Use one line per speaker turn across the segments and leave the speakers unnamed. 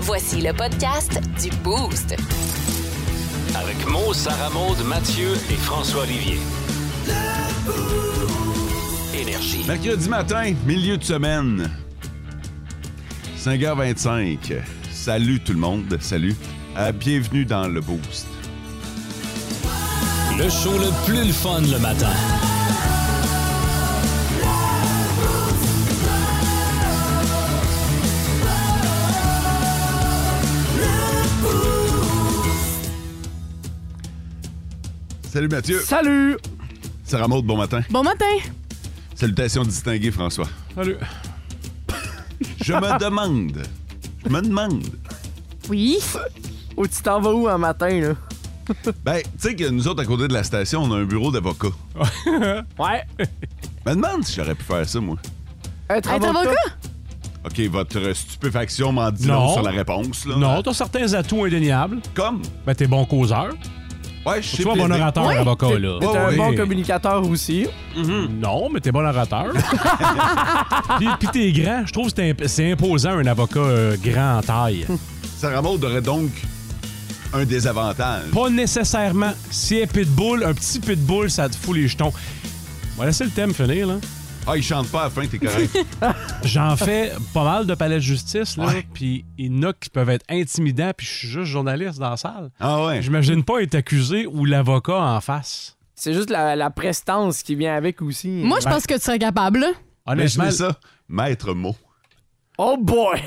Voici le podcast du Boost.
Avec Mo, Sarah Maud, Mathieu et François Olivier. Énergie.
Mercredi matin, milieu de semaine. 5h25. Salut tout le monde. Salut. Euh, bienvenue dans le Boost.
Le show le plus le fun le matin.
Salut Mathieu.
Salut!
Sarah Maud, bon matin.
Bon matin!
Salutations distinguées, François.
Salut!
Je me demande. Je me demande.
Oui? Ou tu t'en vas où un matin, là?
Ben, tu sais que nous autres, à côté de la station, on a un bureau d'avocat.
Ouais!
Je me demande si j'aurais pu faire ça, moi.
Un
Être
travail
avocat?
OK, votre stupéfaction m'en dit
Non.
long sur la réponse. Là.
Non, t'as certains atouts indéniables.
Comme?
Ben, t'es bon causeur.
Ouais, je sais
Tu vois, bon
plaider.
orateur,
Ouais.
avocat, là. Mm-hmm.
T'es
Ouais,
un
ouais.
bon communicateur aussi.
Non, mais t'es bon orateur. puis puis t'es grand. Je trouve que c'est imp- c'est imposant, un avocat euh, grand en taille.
Sarah Maud aurait donc un désavantage.
Pas nécessairement. Si un pitbull, un petit pitbull, ça te fout les jetons. On va laisser le thème finir, là.
Ah, il chante pas à la fin, t'es correct.
J'en fais pas mal de palais de justice, là.
Ouais.
Puis il y en a qui peuvent être intimidants, puis je suis juste journaliste dans la salle.
ah ouais.
J'imagine pas être accusé ou l'avocat en face.
C'est juste la, la prestance qui vient avec aussi.
Moi, je pense que tu serais capable. là.
Honnêtement,
Imaginez ça. Maître mot.
Oh boy!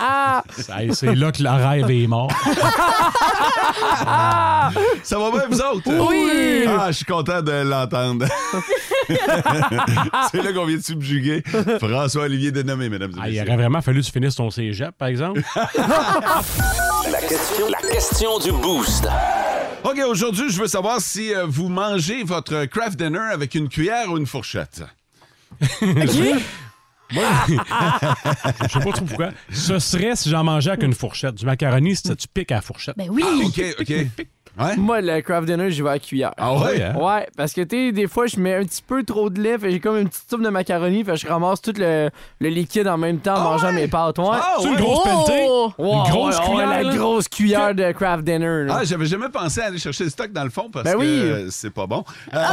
Ah,
ça- c'est là que le rêve est mort.
Ça va bien, vous autres?
Oui!
Ah, je suis content de l'entendre. C'est là qu'on vient de subjuguer François-Olivier Dénommé, mesdames et
Ah, il
messieurs.
aurait vraiment fallu que tu finisses ton cégep, par exemple.
La question, la question du boost.
OK, aujourd'hui, je veux savoir si euh, vous mangez votre craft dinner avec une cuillère ou une fourchette.
Ah,
Je sais pas trop pourquoi. Ce serait si j'en mangeais avec une fourchette. Du macaroni, c'est ça, tu piques à la fourchette.
Ben oui!
Ah, OK, OK. Ouais?
Moi, le craft dinner, j'y vais à la cuillère.
Ah ouais?
hein?
Ouais, parce que, tu sais, des fois, je mets un petit peu trop de lait, fait j'ai comme une petite soupe de macaroni, fait que je ramasse tout le, le liquide en même temps en
Ah
mangeant
ouais?
mes pâtes. Ouais.
Ah,
C'est une
ouais?
grosse pelletée.
Oh!
Wow,
une grosse
ouais, ouais,
cuillère,
la
là.
grosse cuillère de craft dinner. là.
Ah, j'avais jamais pensé à aller chercher le stock dans le fond parce
Ben
que
oui. Ah!
euh, c'est pas bon. Euh,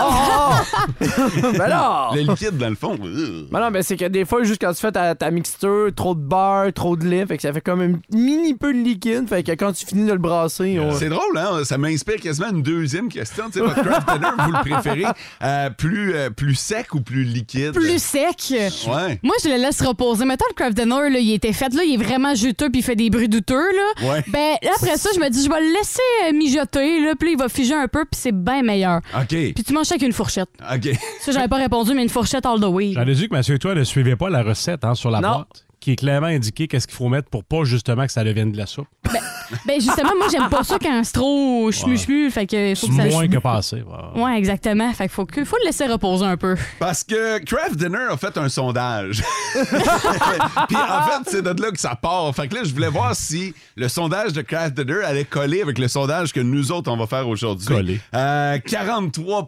ben alors!
Le liquide dans le fond. euh.
Ben non, ben c'est que des fois, juste quand tu fais ta, ta mixture, trop de beurre, trop de lait, fait que ça fait comme un mini peu de liquide, fait que quand tu finis de le brasser, on...
C'est drôle, hein? Ça m'inspire quasiment une deuxième question. Tu sais, votre craft dinner, vous le préférez euh, plus, euh, plus sec ou plus liquide?
Plus sec!
Ouais.
Moi, je le laisse reposer. Mettons, le craft dinner, là, il était fait, là, il est vraiment juteux puis il fait des bruits douteux, là.
Ouais.
Ben, après ça, je me dis, je vais le laisser euh, mijoter, là, puis là, il va figer un peu, puis c'est bien meilleur.
OK.
Puis tu manges ça avec une fourchette.
OK.
Ça, j'avais pas répondu, mais une fourchette all the way.
J'en ai dit que Mathieu et toi ne suivez pas la recette hein, sur la
Non.
boîte, qui est clairement indiqué qu'est-ce qu'il faut mettre pour pas justement que ça devienne de la soupe.
Ben, justement, moi, j'aime pas ça quand c'est trop chmu-chmu, fait que faut
C'est
que ça...
moins que passé. ouais.
Ouais, exactement. Fait que faut, que faut le laisser reposer un peu.
Parce que Kraft Dinner a fait un sondage. Puis en fait, c'est de là que ça part. Fait que là, je voulais voir si le sondage de Kraft Dinner allait coller avec le sondage que nous autres, on va faire aujourd'hui.
Coller.
Euh, 43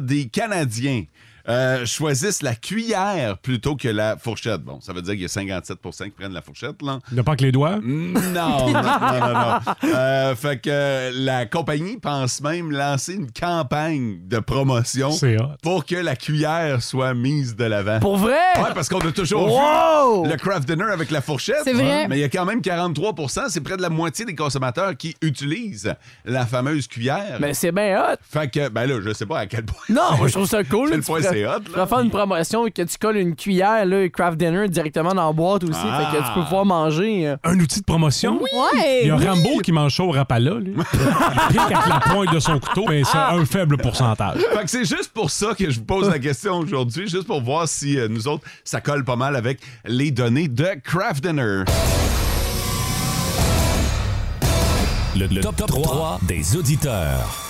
des Canadiens euh, choisissent la cuillère plutôt que la fourchette. Bon, ça veut dire qu'il y a 57 qui prennent la fourchette, là.
Ne pas que les doigts.
Mm, Non, non, non, non. non. Euh, fait que euh, la compagnie pense même lancer une campagne de promotion
C'est hot.
pour que la cuillère soit mise de l'avant.
Pour vrai?
Ouais, parce qu'on a toujours
Wow!
vu le craft dinner avec la fourchette.
C'est vrai.
Mais il y a quand même 43 c'est près de la moitié des consommateurs qui utilisent la fameuse cuillère.
Mais c'est bien hot!
Fait que, ben là, je sais pas à quel point.
Non, moi, je trouve ça cool.
Quel
là, tu
point
pourrais-
c'est hot, là.
Tu pourrais faire une promotion que tu colles une cuillère, là, craft dinner directement dans la boîte aussi,
Ah.
fait que tu peux pouvoir manger. euh.
Un outil de promotion.
Ouais!
Il y a Rambo qui mange ça au Rapala. lui. Il pique avec la pointe de son couteau, mais c'est un faible pourcentage.
Fait que c'est juste pour ça que je vous pose la question aujourd'hui, juste pour voir si euh, nous autres, ça colle pas mal avec les données de Craft Dinner.
Le, top, 3, des auditeurs.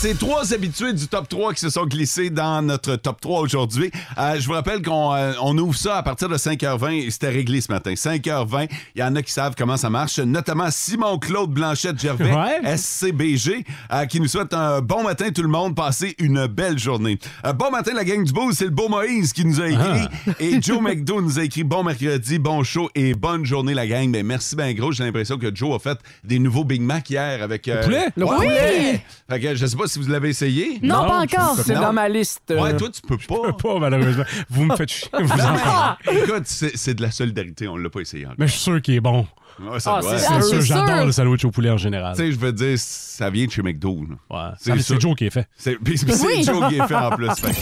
C'est trois habitués du top 3 qui se sont glissés dans notre top 3 aujourd'hui. Euh, je vous rappelle qu'on euh, on ouvre ça à partir de 5h20 et c'était réglé ce matin. 5h20, il y en a qui savent comment ça marche, notamment Simon-Claude Blanchette-Gervais,
Ouais.
SCBG, euh, qui nous souhaite un bon matin tout le monde, passez une belle journée. Euh, bon matin la gang du beau, c'est le beau Moïse qui nous a écrit et Joe McDo nous a écrit bon mercredi, bon show et bonne journée la gang. Ben, merci ben gros, j'ai l'impression que Joe a fait des nouveaux Big Mac hier avec... euh,
poulet?
Le
Ouais,
poulet.
ouais. Fait que je sais pas si vous l'avez essayé.
Non, pas
je-
encore.
C'est
Non.
dans ma liste. euh,
Ouais, toi, tu peux pas.
Pas, malheureusement. Vous me faites chier. Vous en...
Écoute, c'est c'est de la solidarité, on l'a pas essayé encore.
Mais je suis sûr qu'il est bon.
Ouais, ça
Ah,
doit
c'est
être.
Ah,
C'est sûr,
c'est sûr.
j'adore le sandwich au poulet en général.
Tu sais, je veux dire, ça vient de chez McDo. là.
Ouais.
c'est
Ah, mais
sûr.
C'est Joe qui est fait.
C'est puis- puis c'est
Oui.
Joe qui est fait en plus. fait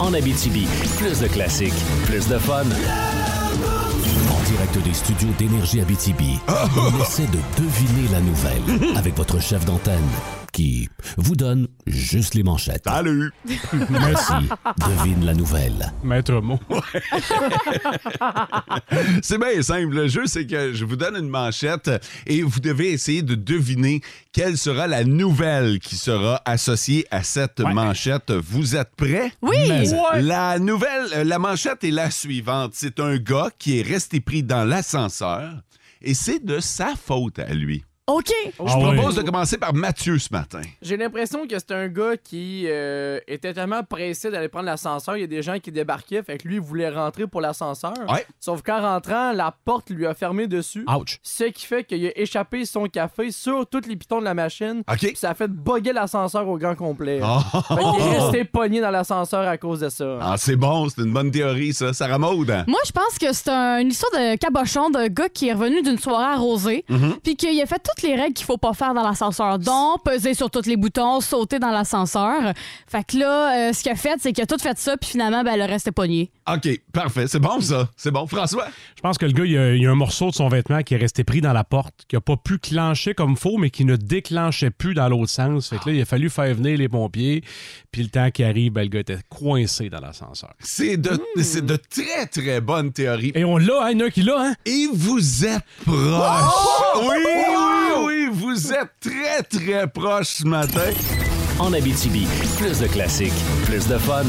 En Abitibi, plus de classiques, plus de fun.
En direct des studios d'Énergie Abitibi,
Ah.
on essaie de deviner la nouvelle avec votre chef d'antenne qui vous donne juste les manchettes.
Salut!
Merci. Devine la nouvelle.
Maître mot.
C'est bien simple. Le jeu, c'est que je vous donne une manchette et vous devez essayer de deviner quelle sera la nouvelle qui sera associée à cette manchette. Vous êtes prêts?
Oui. Mais-
La nouvelle, euh, la manchette est la suivante. C'est un gars qui est resté pris dans l'ascenseur et c'est de sa faute à lui.
OK.
Oh.
Je
Ah ouais.
propose de commencer par Mathieu ce matin.
J'ai l'impression que c'est un gars qui euh, était tellement pressé d'aller prendre l'ascenseur. Il y a des gens qui débarquaient, fait que lui, il voulait rentrer pour l'ascenseur.
Ouais.
Sauf qu'en rentrant, la porte lui a fermé dessus.
Ouch.
Ce qui fait qu'il a échappé son café sur tous les pitons de la machine.
OK?
Puis ça a fait bugger l'ascenseur au grand complet.
Ah,
Fait qu'il est resté pogné dans l'ascenseur à cause de ça.
ah, c'est bon, c'est une bonne théorie, ça. Sarah Maud. hein?
Moi, je pense que c'est un- une histoire de cabochon d'un gars qui est revenu d'une soirée arrosée,
Mhm.
puis qu'il a fait toutes les règles qu'il faut pas faire dans l'ascenseur. Donc, peser sur tous les boutons, sauter dans l'ascenseur. Fait que là, euh, ce qu'il a fait, c'est qu'il a tout fait ça, puis finalement, ben, le reste est pogné.
OK, parfait. C'est bon, ça. C'est bon. François?
Je pense que le gars, il y a, il y a un morceau de son vêtement qui est resté pris dans la porte, qui n'a pas pu clencher comme faut, mais qui ne déclenchait plus dans l'autre sens. Fait que là, il a fallu faire venir les pompiers. Puis le temps qui arrive, ben, le gars était coincé dans l'ascenseur.
C'est de, c'est de très, très bonnes théories.
Et on l'a, hein, il y en a un qui l'a, hein?
Et vous êtes proche. Oui, oui, oui, vous êtes très, très proche ce matin.
En Abitibi, plus de classiques, plus de fun.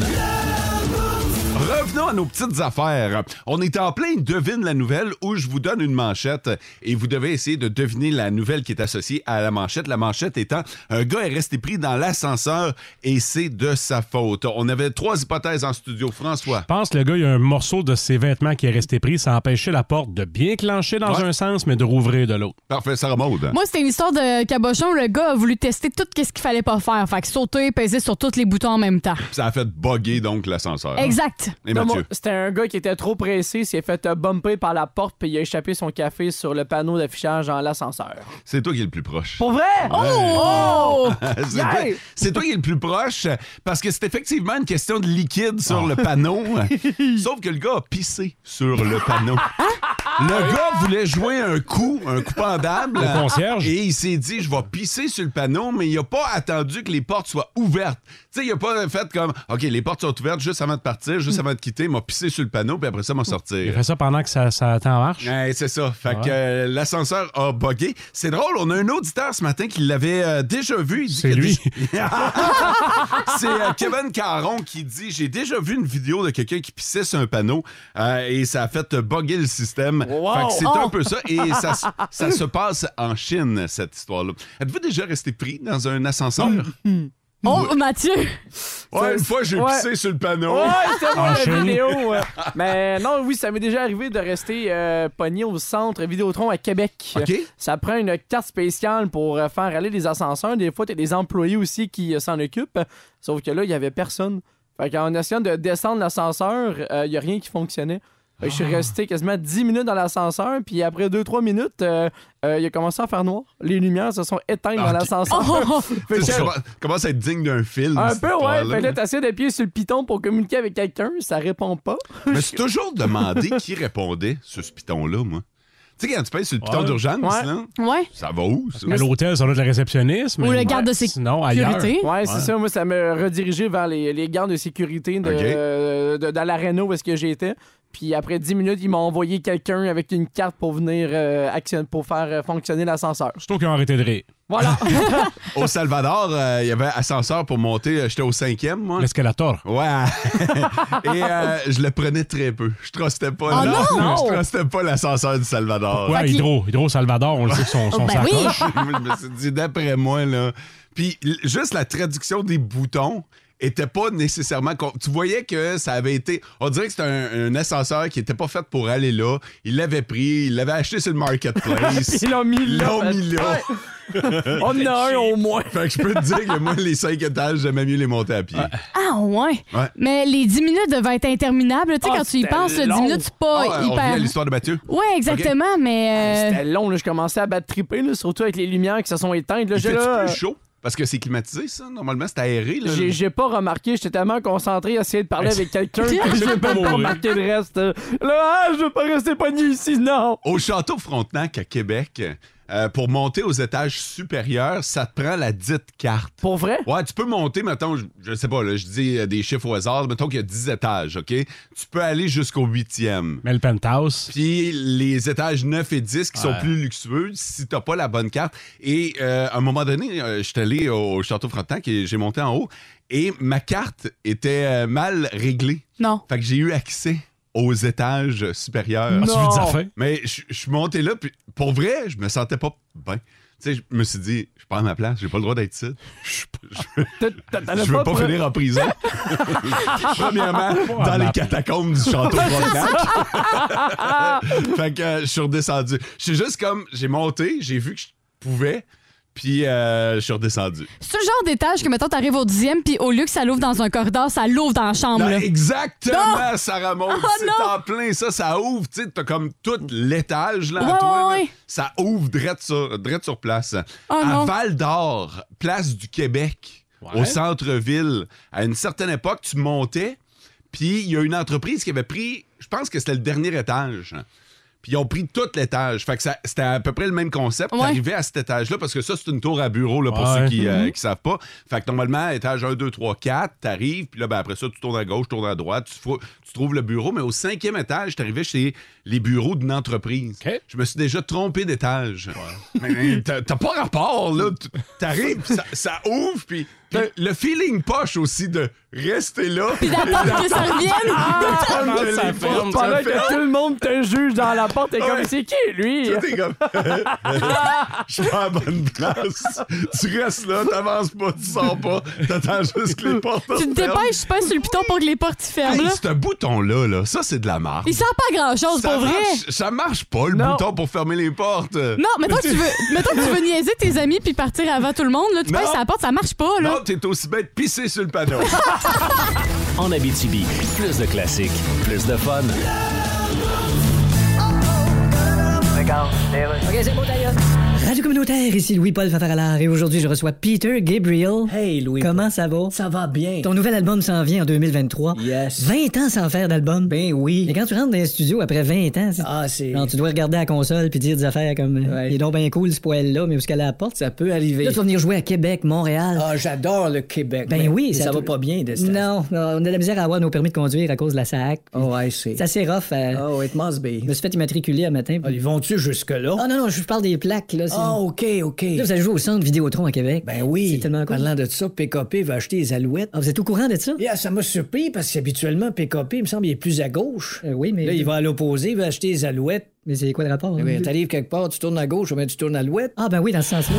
Revenons à nos petites affaires. On est en plein devine la nouvelle où je vous donne une manchette et vous devez essayer de deviner la nouvelle qui est associée à la manchette. La manchette étant un gars est resté pris dans l'ascenseur et c'est de sa faute. On avait trois hypothèses en studio. François.
Je pense que le gars, il y a un morceau de ses vêtements qui est resté pris. Ça a empêché la porte de bien clencher dans
Ouais.
un sens, mais de rouvrir de l'autre.
Parfait, Sarah Maud.
Moi, c'était une histoire de cabochon. Le gars a voulu tester tout ce qu'il fallait pas faire. Fait que sauter, peser sur tous les boutons en même temps.
Ça a fait bugger donc l'ascenseur.
Exact.
Euh, Et
Non, moi,
Mathieu.
C'était un gars qui était trop pressé, s'est fait euh, bumper par la porte, puis il a échappé son café sur le panneau d'affichage dans l'ascenseur.
C'est toi qui es le plus proche.
Pour vrai?
Oh!
C'est
Yeah!
toi- C'est toi qui es le plus proche euh, parce que c'est effectivement une question de liquide sur le panneau. Sauf que le gars a pissé sur le panneau. Le gars voulait jouer un coup, un coup pendable.
Le concierge.
Et il s'est dit, je vais pisser sur le panneau, mais il n'a pas attendu que les portes soient ouvertes. Tu sais, il n'a pas fait comme, OK, les portes sont ouvertes juste avant de partir,
Hmm.
juste avant de quitter, il m'a pissé sur le panneau, puis après ça, il m'a sorti.
Il a fait ça pendant que ça, ça était en marche.
Ouais, c'est ça. Fait
Ah Ouais.
que euh, l'ascenseur a bugué. C'est drôle, on a un auditeur ce matin qui l'avait euh, déjà vu. Il dit
C'est
qu'il a
lui.
déjà- c'est euh, Kevin Caron qui dit J'ai déjà vu une vidéo de quelqu'un qui pissait sur un panneau euh, et ça a fait euh, bugger le système. Fait que c'est un peu ça. Et ça, s- ça se passe en Chine, cette histoire-là. Êtes-vous déjà resté pris dans un ascenseur
Mm-hmm.
Oh, Mathieu!
Ouais, une fois, j'ai
Ouais.
pissé sur le panneau.
Ouais, c'est moi
En
la
chaîne.
vidéo. ouais. Mais non, oui, ça m'est déjà arrivé de rester euh, pogné au centre Vidéotron à Québec.
OK.
Ça prend une carte spéciale pour euh, faire aller les ascenseurs. Des fois, t'as des employés aussi qui euh, s'en occupent. Sauf que là, il y avait personne. Fait qu'en essayant de descendre l'ascenseur, il y a rien qui fonctionnait. Fait que Je suis
Ah.
resté quasiment 10 minutes dans l'ascenseur, puis après 2-3 minutes, euh, euh, il a commencé à faire noir. Les lumières se sont éteintes
Ah, ok.
dans l'ascenseur.
Oh!
Fait que Ça commence- commence à être digne d'un film.
Un
cette
peu, ouais.
histoire-là.
Fait que là, t'essayes d'appuyer sur le piton pour communiquer avec quelqu'un, ça répond pas.
Je me suis toujours demandé qui répondait sur ce piton-là, moi. Tu sais, quand tu payes sur le piton
Ouais.
d'urgence,
Ouais.
là,
Ouais.
ça va où, ça?
À l'hôtel, ça doit être le réceptionniste. mais-
Ou le garde de
Sinon, ailleurs.
sécurité.
Ouais, c'est ça. Moi, ça me redirigeait vers les, les gardes de sécurité de,
Ok.
euh, de- dans l'aréna où est-ce que j'étais. Puis après 10 minutes, ils m'ont envoyé quelqu'un avec une carte pour venir euh, action- pour faire euh, fonctionner l'ascenseur.
Surtout qu'ils ont arrêté de rire.
Voilà.
Au Salvador, euh, il y avait ascenseur pour monter. euh, J'étais au cinquième, moi.
L'escalator.
Ouais. Et euh, je le prenais très peu. Je trustais pas.
Oh non! Non!
Je trustais pas l'ascenseur du Salvador.
Ouais,
Fait qu'il-
Hydro. Hydro Salvador, on le sait que son, son
ben oui.
sacoche.
Oh, je me suis dit, d'après moi, là. Puis l- juste la traduction des boutons était pas nécessairement. con- Tu voyais que ça avait été. On dirait que c'était un, un ascenseur qui était pas fait pour aller là. Il l'avait pris, il l'avait acheté sur le marketplace.
Ils l'ont mis
Ils
là.
l'ont mis là.
On en a un au moins.
Fait que je peux te dire que moi, les cinq étages, j'aimais mieux les monter à pied.
Ah, ouais.
Ouais.
Mais les 10 minutes devaient être interminables. Tu sais,
Ah,
quand tu y
c'était
penses, le 10
long.
minutes, c'est pas
Ah, on revient à
hyper.
l'histoire de Mathieu.
Ouais, exactement, mais. euh,
C'était long, là, je commençais à battre triper, là, surtout avec les lumières qui se sont éteintes. Là,
Il
j'ai,
fait
là, euh,
plus chaud? Parce que c'est climatisé, ça. Normalement, c'est aéré. Là.
j'ai, j'ai pas remarqué, j'étais tellement concentré à essayer de parler
Hey,
avec quelqu'un que
Je
j'ai
veux pas
pas
mourir.
remarqué le reste. Là, ah, je veux pas rester pogné ici, non!
Au château Frontenac à Québec, euh, pour monter aux étages supérieurs, ça te prend la dite carte.
Pour vrai?
Ouais, tu peux monter, mettons, je, je sais pas, là, je dis euh, des chiffres au hasard, mettons qu'il y a 10 étages, OK? Tu peux aller jusqu'au huitième.
Mais le penthouse.
Puis les étages 9 et 10 qui sont
Ouais.
plus luxueux si t'as pas la bonne carte. Et euh, à un moment donné, euh, je suis allé au Château Frontenac et j'ai monté en haut et ma carte était euh, mal réglée.
Non.
Fait que j'ai eu accès aux étages supérieurs.
Ah, tu veux des
Non.
affaires?
Mais je je suis monté là, puis pour vrai, je me sentais pas bien. Tu sais, je me suis dit, je perds ma place, j'ai pas le droit d'être ici. Je, je-
Ah, T'as- t'as- t'en as
je veux pas
pre-
finir en prison. Premièrement, dans les catacombes du château Frontenac. fait que euh, je suis redescendu. Je suis juste comme, j'ai monté, j'ai vu que je pouvais, puis euh, je suis redescendu.
C'est le genre d'étage que, mettons, t'arrives au dixième, puis au lieu que ça l'ouvre dans un corridor, ça l'ouvre dans la chambre.
Non,
là.
Ben, exactement, Sarah Maud.
Oh,
c'est
non.
en plein ça, ça ouvre. Tu sais, t'as comme tout l'étage là, à
Ouais,
toi,
ouais,
là.
ouais.
Ça ouvre direct sur, direct sur place.
Oh,
à
non.
Val d'Or, place du Québec,
Ouais.
au centre-ville, à une certaine époque, tu montais, puis il y a une entreprise qui avait pris, je pense que c'était le dernier étage. Puis ils ont pris tout l'étage. Fait que ça- c'était à peu près le même concept.
Ouais.
T'arrivais à cet étage-là, parce que ça, c'est une tour à bureau là, pour
Ouais.
ceux qui, euh, qui savent pas. Fait que normalement, étage 1, 2, 3, 4, t'arrives, puis là, ben, après ça, tu tournes à gauche, tu tournes à droite, tu, fou- tu trouves le bureau. Mais au cinquième étage, t'arrivais chez les bureaux d'une entreprise.
OK.
Je me suis déjà trompé d'étage. Mais, mais t'as t'as pas rapport, là. Tu- T'arrives, puis ça, ça ouvre, puis puis le feeling poche aussi de rester là. Puis
Attends que ça revienne.
Ah,
d'attendre que
Ça
les
ferme,
portes
Ah, Pendant
se ferment.
que tout le monde te juge dans la porte, t'es comme
Ouais.
c'est qui lui?
Toi, t'es comme. Je suis pas à la bonne place. Tu restes là, t'avances pas, tu sors pas. T'attends juste que les portes.
Tu te dépêches, tu passes sur le piton pour que les portes y ferment.
Hey,
là.
ce bouton-là, là, ça, c'est de la marque.
Il sert pas à grand-chose,
Ça
pour vrai.
marche, ça marche pas, le
Non.
bouton pour fermer les portes.
Non, mettons que, tu veux, mettons que tu veux niaiser tes amis puis partir avant tout le monde. Là, tu
Non.
passes à la porte, ça marche pas. Là.
Non, t'es aussi bête pisser sur le panneau.
En Abitibi, plus de classiques, plus de fun.
Radio communautaire, ici Louis-Paul Favaralard et aujourd'hui je reçois Peter Gabriel.
Hey Louis.
Comment ça va?
Ça va bien.
Ton nouvel album s'en vient en 2023.
Yes.
20 ans sans faire d'album.
Ben oui.
Mais quand tu rentres dans les studios après 20 ans, c'est-
Ah, c'est.
genre, tu dois regarder la console puis dire des affaires comme euh,
Ouais.
Il est donc bien cool ce poêle-là, mais où est-ce qu'elle est à la porte?
Ça peut arriver.
Là, tu vas venir jouer à Québec, Montréal.
Ah, j'adore le Québec.
ben
mais-
oui,
mais ça, va
tout-
pas bien, de
Non, non, on a de la misère à avoir nos permis de conduire à cause de la SAC.
Oh, I see.
C'est assez rough. euh,
Oh, it must be.
Je me suis fait immatriculer un matin.
Ah,
puis-
ils vont-tu jusque-là?
Ah non, non, je parle des plaques. Là, c'est-
Ah, OK, OK.
Là, vous allez jouer au centre Vidéotron à Québec.
Ben oui.
C'est tellement cool.
Parlant de ça, PKP va acheter les alouettes.
Ah, vous êtes au courant de ça?
Yeah, ça m'a surpris parce qu'habituellement, PKP, il me semble, il est plus à gauche.
Euh, oui, mais.
Là, il va à l'opposé, il va acheter les alouettes.
Mais c'est quoi le rapport? hein?
Oui, T'arrives quelque part, tu tournes à gauche, mais tu tournes à l'ouette.
Ah, ben oui, dans ce sens-là.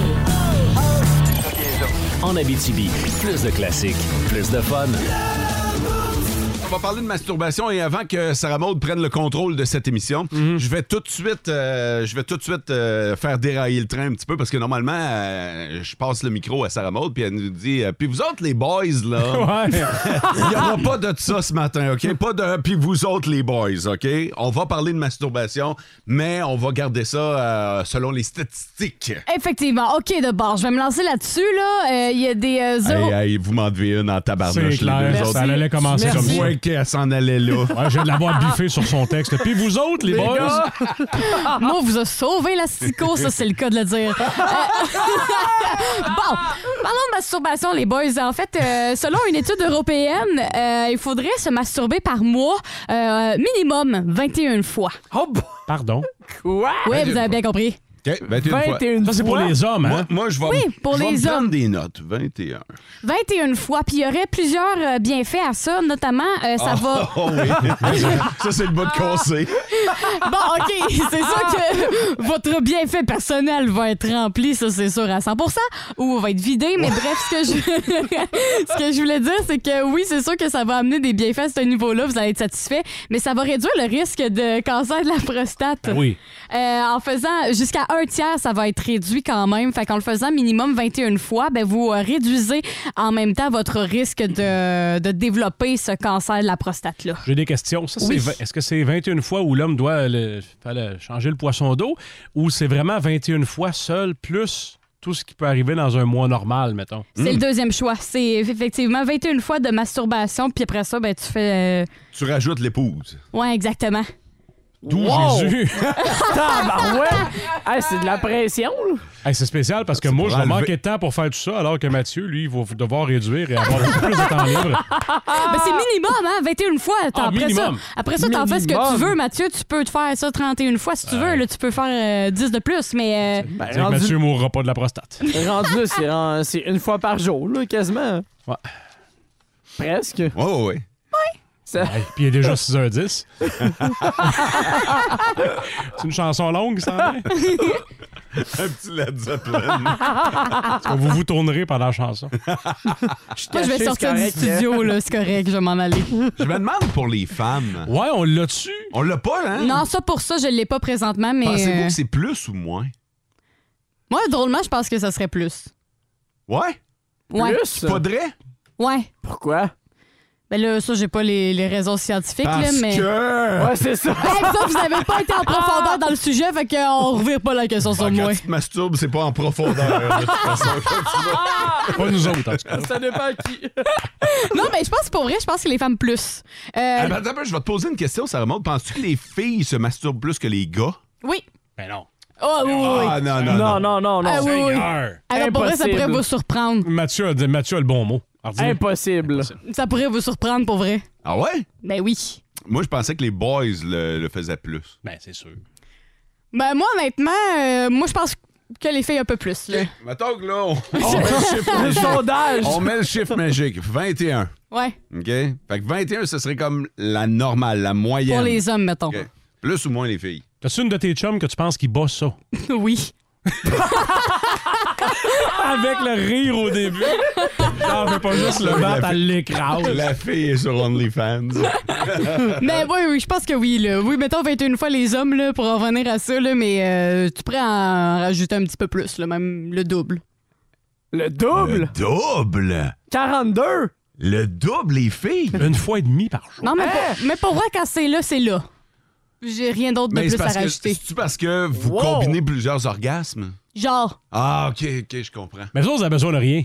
En Abitibi, plus de classiques, plus de fun.
On va parler de masturbation et avant que Sarah Maud prenne le contrôle de cette émission,
Mhm.
je vais tout de suite, euh, je vais tout de suite euh, faire dérailler le train un petit peu parce que normalement, euh, je passe le micro à Sarah Maud puis elle nous dit, euh, puis vous autres les boys là,
Ouais.
il y aura pas de ça ce matin, ok Pas de, puis vous autres les boys, ok On va parler de masturbation, mais on va garder ça euh, selon les statistiques.
Effectivement. OK, de bord. Je vais me lancer là-dessus. là. Euh, Il y a des euh, zéro-
Hey, hey, vous m'en devez une en tabarnouche.
C'est
les deux
clair.
autres.
Ça allait commencer
Merci.
comme ça.
Moi qu'elle s'en allait là.
Ouais, je viens de l'avoir buffé sur son texte. Puis vous autres, les, boys,
Moi, vous a sauvé la psycho, ça, c'est le cas de le dire. Euh, bon, parlons de masturbation, les boys. En fait, euh, selon une étude européenne, euh, il faudrait se masturber par mois euh, minimum 21 fois.
Oh, bah,
pardon.
quoi?
Oui, vous avez bien compris.
OK, 21 fois.
21
Ça, c'est pour
fois.
les hommes,
Moi,
hein?
moi, je vais,
Oui,
me-
pour
je vais
les
me prendre
hommes.
des notes. 21.
21 fois. Puis il y aurait plusieurs euh, bienfaits à ça, notamment, euh, ça va...
Oh oui. ça, c'est le bout de conseil.
Bon, OK, c'est
Ah.
sûr que votre bienfait personnel va être rempli, ça, c'est sûr, à 100 ou va être vidé, mais bref, ce que je, ce que je voulais dire, c'est que oui, c'est sûr que ça va amener des bienfaits à ce niveau-là, vous allez être satisfait, mais ça va réduire le risque de cancer de la prostate.
Ben oui.
Euh, en faisant jusqu'à un tiers, ça va être réduit quand même. Fait qu'en le faisant minimum 21 fois, ben vous euh, réduisez en même temps votre risque de, de développer ce cancer de la prostate-là.
J'ai des questions. Ça, c'est
Oui.
vingt- Est-ce que c'est 21 fois où l'homme doit le- faire le- changer le poisson d'eau ou c'est vraiment 21 fois seul plus tout ce qui peut arriver dans un mois normal, mettons? Hmm.
C'est le deuxième choix. C'est effectivement 21 fois de masturbation, puis après ça, ben, tu fais. euh,
Tu rajoutes l'épouse.
Ouais, exactement.
D'où
Wow!
Jésus?
Oh!
Tabarouette! Hey, c'est de la pression, là.
Hey, c'est spécial parce que moi, je
pour
vais
enlever-
manquer de temps pour faire tout ça, alors que Mathieu, lui, il va devoir réduire et avoir beaucoup plus de temps libre.
Ben, c'est minimum, hein? 21 fois. t'as-
Ah,
après
minimum.
ça, après ça, t'en fais ce que
Minimum.
tu veux, Mathieu. Tu peux te faire ça 31 fois si tu veux. Là, tu peux faire euh, 10 de plus, mais. euh,
C'est
Ben,
que
rendu-
Mathieu mourra pas de la prostate.
Rendu, là, c'est en- c'est une fois par jour, là, quasiment.
Ouais.
Presque.
Oui, oui, oui.
Ça-
Hey, Puis il est déjà 6h10. c'est une chanson longue, ça? hein?
Un petit Led Zeppelin.
Vous vous tournerez pendant la chanson.
moi, je vais
caché,
sortir
c'est
du
correct, hein?
studio, là. C'est correct, je vais m'en aller.
je me demande pour les femmes.
Ouais, on l'a tu
On l'a pas, hein?
non, ça, pour ça, je l'ai pas présentement, mais.
Pensez-vous
euh,
que c'est plus ou moins?
moi, drôlement, je pense que ça serait plus.
Ouais?
Ouais.
Plus?
Faudrait?
Ouais.
Pourquoi?
Ben là, ça, j'ai pas les, les raisons scientifiques,
Parce
là, mais.
que...
Ouais, c'est ça.
Hey, ça, vous avez pas été en profondeur dans le sujet, fait qu'on revire pas la question sur
Ah, quand
moi.
tu te masturbes, c'est pas en profondeur. de toute façon. Quand tu vas-
Pas nous autres, en tout cas.
ça dépend qui.
Non, mais je pense que pour vrai, je pense que les femmes plus. Euh,
Ah, ben, attends un peu, je vais te poser une question, Sarah Maud. Penses-tu que les filles se masturbent plus que les gars?
Oui.
Ben non.
Oh, oui, oui, oui.
Ah non, non, non.
Non, non, non, non.
Ah oui, oui.
Seigneur.
Alors, pour vrai, ça pourrait
impossible.
vous surprendre.
Mathieu a, dit- Mathieu a le bon mot. Alors, dis-
Impossible.
Ça pourrait vous surprendre, pour vrai.
Ah ouais?
Ben oui.
Moi, je pensais que les boys le, le faisaient plus.
Ben, c'est sûr.
Ben moi, honnêtement, euh, moi, je pense que les filles un peu plus, là.
Mettons que là, on, on met le chiffre
Le
magique.
sondage.
On met le chiffre magique. 21.
Ouais.
OK? Fait que 21, ce serait comme la normale, la moyenne.
Pour les hommes, mettons.
OK. Plus ou moins les filles.
T'as-tu une de tes chums que tu penses qu'il bosse ça?
Oui.
Avec le rire au début. Non, je veux pas juste le battre à l'écrase.
La fille est sur OnlyFans.
Mais Ben oui, oui, je pense que oui, là. Oui, mettons 21 fois les hommes, là, pour en revenir à ça, là, mais euh, tu pourrais en rajouter un petit peu plus, là, même le double.
Le double.
Le double!
42.
Le double, les filles!
Une fois et demie par jour.
Non, mais, pour, mais pour vrai, quand c'est là, c'est là. J'ai rien d'autre de
Mais c'est
plus à
parce que,
rajouter.
c'est-tu parce que vous
Wow.
combinez plusieurs orgasmes?
Genre,
Ah, OK, OK, je comprends.
Mais eux autres, ils ont besoin de rien.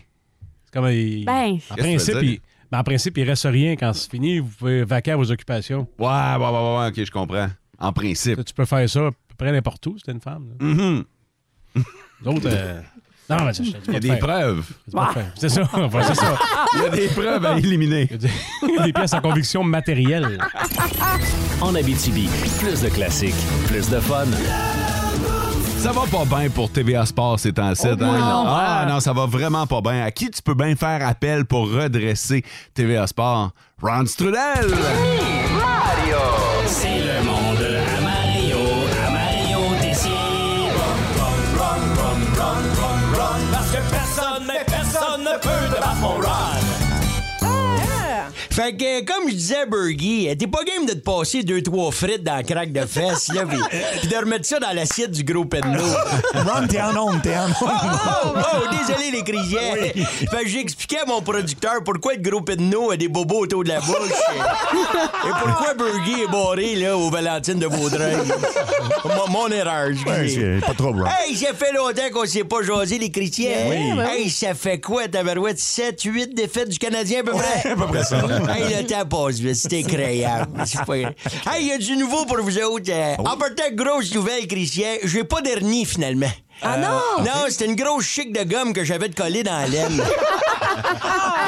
C'est comme. ils-
ben,
En
Qu'est-ce que ça
principe,
veut dire?
il... ben, en principe, il reste rien quand c'est fini. Vous pouvez vaquer à vos occupations.
Ouais, ouais, ouais, ouais, ouais, OK, je comprends. En principe.
Tu peux faire ça à peu près n'importe où si t'es une femme. là.
Mhm.
Eux autres. euh, Non, mais ça, je te dis pas
Il y a
de
des
faire.
preuves.
Je te dis pas de faire. C'est ça. Enfin, c'est ça.
Il y a des preuves à éliminer.
Il y a des- des pièces à conviction matérielle.
En Abitibi, plus de classiques, plus de fun.
Ça va pas bien pour TVA Sport ces temps-ci.
Oh,
hein? Ah non, ça va vraiment pas bien. À qui tu peux bien faire appel pour redresser TVA Sport? Ron Strudel!
C'est le monde à Mario, à Mario Tessier. Parce que personne, mais personne ne peut débattre mon run.
Fait que, euh, comme je disais à Bergie, euh, t'es pas game de te passer deux, trois frites dans le crack de fesses, là, pis, pis de remettre ça dans l'assiette du gros penneau.
Ron, t'es en onde, t'es en
ah. Oh,
onde.
oh, oh, désolé les crisières. Fait que j'ai expliqué à mon producteur pourquoi le gros penneau a des bobos autour de la bouche. euh, Et pourquoi Bergie est barré, là, au Valentine de Vaudreuil. mon, mon erreur,
Ouais,
excusez.
c'est pas trop, Ron.
Hey, ça fait longtemps qu'on s'est pas jasé les chrétiens.
Oui.
Hey, ça fait quoi, tabarouette? 7, 8 défaites du Canadien à peu près?
À peu près ça.
hey, le temps passe vite, c'est incroyable. C'est pas grave. Hey, il y a du nouveau pour vous autres. Euh, En partant, grosse nouvelle, Christian, j'ai pas d'hernie finalement. Euh,
Ah non!
Non, c'était une grosse chic de gomme que j'avais de coller dans la laine.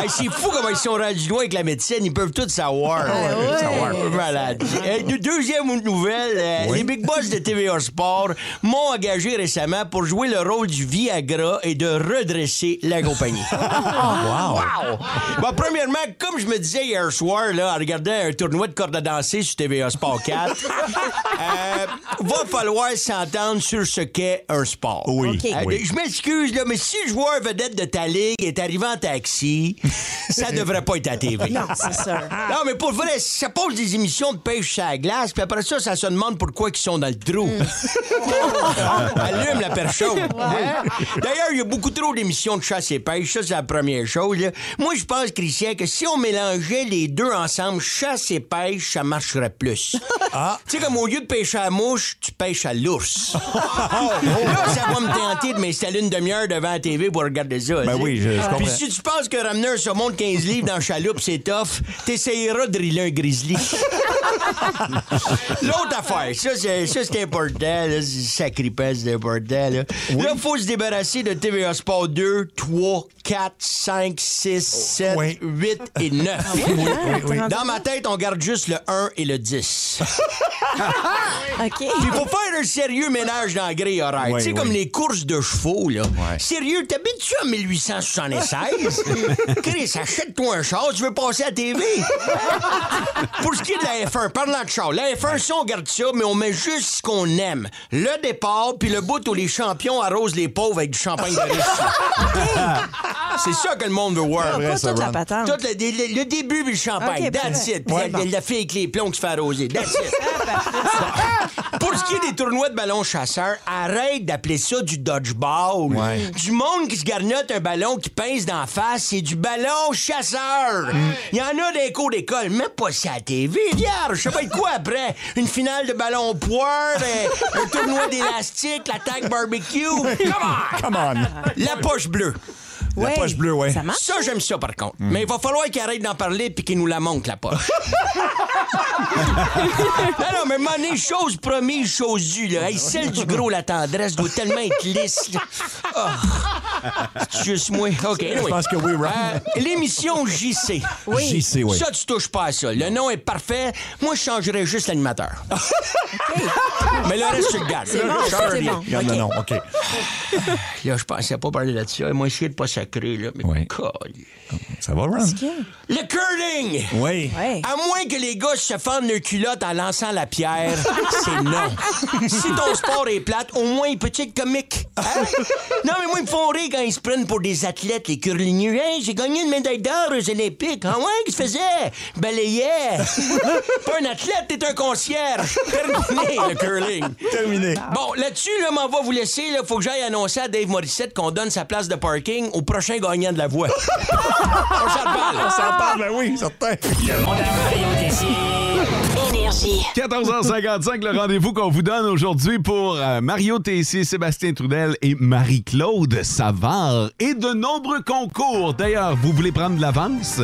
Hey, c'est fou comment ils sont rendus loin avec la médecine. Ils peuvent tout savoir.
Ah ouais.
Savoir. Malade. Euh, de- deuxième nouvelle, euh, les big boss de TVA Sport m'ont engagé récemment pour jouer le rôle du Viagra et de redresser la compagnie.
Oh,
Wow.
Wow. Bon, premièrement, comme je me disais hier soir, là, en regardant un tournoi de corde à danser sur TVA Sport 4, euh, va falloir s'entendre sur ce qu'est un sport. Euh,
Oui, Ok. oui.
Je m'excuse, là, mais si le joueur vedette de ta ligue est arrivé en taxi, ça devrait pas être à TV.
Non, c'est sûr.
Non, mais pour vrai, ça pose des émissions de pêche sur la glace, puis après ça, ça se demande pourquoi ils sont dans le trou.
Mm.
Allume la perchaude. Hein? D'ailleurs, il y a beaucoup trop d'émissions de chasse et pêche. Ça, c'est la première chose. là. Moi, je pense, Christian, que si on mélangeait les deux ensemble, chasse et pêche, ça marcherait plus.
Ah.
Tu sais, comme au lieu de pêcher à la mouche, tu pêches
Oh,
à l'ours. Là, ça va me tenter de m'installer une demi-heure devant la TV pour regarder ça.
Ben
tu sais.
oui, je- je comprends.
Puis si tu penses que ramener un saumon de 15 livres dans la chaloupe, c'est tough, t'essayeras de driller un grizzly. L'autre affaire, ça c'est, ça, c'est important, là, c'est sacripèce c'est important. Là, il faut se débarrasser de TVA Sport 2, 3, 4, 5, 6, 7, 8 et 9.
Oh, Ah oui, hein? oui, oui.
Dans ma tête, on garde juste le 1 et le 10.
Ah, OK.
Puis faut faire un sérieux ménage dans la grille horaire.
Oui,
tu sais,
oui.
comme les courses de chevaux, là. Sérieux, t'habites-tu en 1876? Chris, achète-toi un char, tu veux passer à TV. Pour ce qui est de la F1, parlant de char, la F1, si on garde ça, mais on met juste ce qu'on aime. Le départ, puis le bout où les champions arrosent les pauvres avec du champagne de riche. Ah, C'est ça que le monde veut voir.
Ah, pas toute la patente.
Tout le, le- le début, puis le champagne.
Ok,
That's
parfait.
it. Puis
Ouais,
la,
bon. Ah,
la fille avec les plombs qui se fait arroser. That's it. Pour ce qui est des tournois de ballon chasseur, arrête d'appeler ça du dodgeball.
Ouais.
Du monde qui se garnote un ballon qui pince d'en face, c'est du ballon chasseur. Il y en a des cours d'école, même pas ça à TV. Vierge, je sais pas de quoi après. Une finale de ballon au poire, euh, un tournoi d'élastique, l'attaque barbecue. Come on!
Come on.
La poche bleue.
La Ouais, poche bleue, ouais. ça marche, hein?
Ça, j'aime ça, par contre. Mais il va falloir qu'il arrête d'en parler puis qu'il nous la montre, la poche. Ah non, non, mais monnaie, chose promise, chose due, là. Hey, celle du gros, la tendresse, doit tellement être lisse, là. Oh. C'est juste moi. OK,
Je pense que oui, Ron.
Euh, L'émission JC.
Oui. JC, oui.
Ça, tu touches pas à ça. Le nom est parfait. Moi, je changerais juste l'animateur. Mais le reste, tu le gardes.
C'est bon,
Je change
c'est
rien.
bon.
Regarde le nom, OK.
Là, je pensais pas parler de ça. Moi, essayé de pas sacrer, là. Mais colle.
Ça va, Ron?
Le curling!
Oui.
Ouais.
À moins que les gars se fendent leur culotte en lançant la pierre, c'est non. si ton sport est plate, au moins il peut être comique. Hein? non, mais moi, ils me font rire quand ils se prennent pour des athlètes, les curlingeux. Hey, j'ai gagné une médaille d'or aux Olympiques. Ah ouais, qu'est-ce que tu faisais? Balayais. Pas un athlète, t'es un concierge. Terminé, le curling.
Terminé.
Bon, là-dessus, là, m'en va vous laisser. Il faut que j'aille annoncer à Dave Morissette qu'on donne sa place de parking au prochain gagnant de la voie. On s'en parle.
On s'en parle, ben oui, certain.
Énergie.
14h55, le rendez-vous qu'on vous donne aujourd'hui pour euh, Mario Tessier, Sébastien Trudel et Marie-Claude Savard et de nombreux concours. D'ailleurs, vous voulez prendre de l'avance?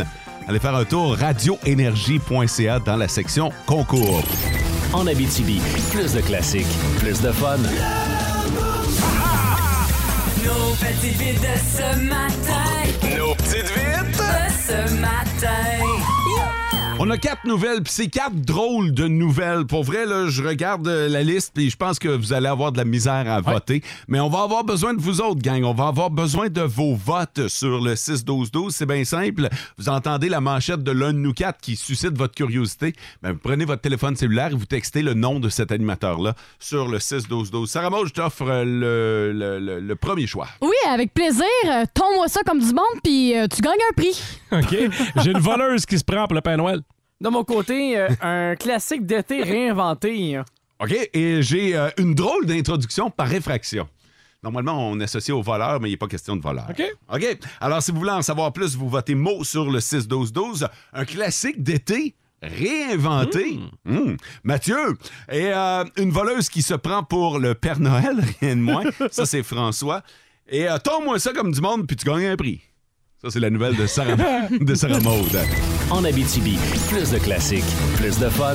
Allez faire un tour radioénergie.ca dans la section concours.
En Abitibi, plus de classiques, plus de fun.
Nos petites vites de ce matin.
Nos petites vites
De ce matin.
On a quatre nouvelles, puis c'est quatre drôles de nouvelles. Pour vrai, là, je regarde euh, la liste, puis je pense que vous allez avoir de la misère à voter. Mais on va avoir besoin de vous autres, gang. On va avoir besoin de vos votes sur le 6-12-12. C'est bien simple. Vous entendez la manchette de l'un de nous quatre qui suscite votre curiosité. Ben, vous prenez votre téléphone cellulaire et vous textez le nom de cet animateur-là sur le 6-12-12. Sarah Maud, je t'offre euh, le, le- le- le premier choix.
Oui, avec plaisir. Euh, Tombe-moi ça comme du monde, puis euh, tu gagnes un prix.
OK? J'ai une voleuse qui se prend pour le Père Noël.
De mon côté, euh, un classique d'été réinventé. hein.
OK, et j'ai euh, une drôle d'introduction par réfraction. Normalement, on associe au voleur, mais il n'est pas question de voleur.
OK.
OK. Alors, si vous voulez en savoir plus, vous votez mot sur le 6-12-12. Un classique d'été réinventé. Mm. Mathieu. Et euh, une voleuse qui se prend pour le Père Noël, rien de moins. ça, c'est François. Et euh, tombe-moi ça comme du monde, puis tu gagnes un prix. Ça, c'est la nouvelle de Sarah, de Sarah Maude.
en Abitibi. Plus de classiques, plus de fun.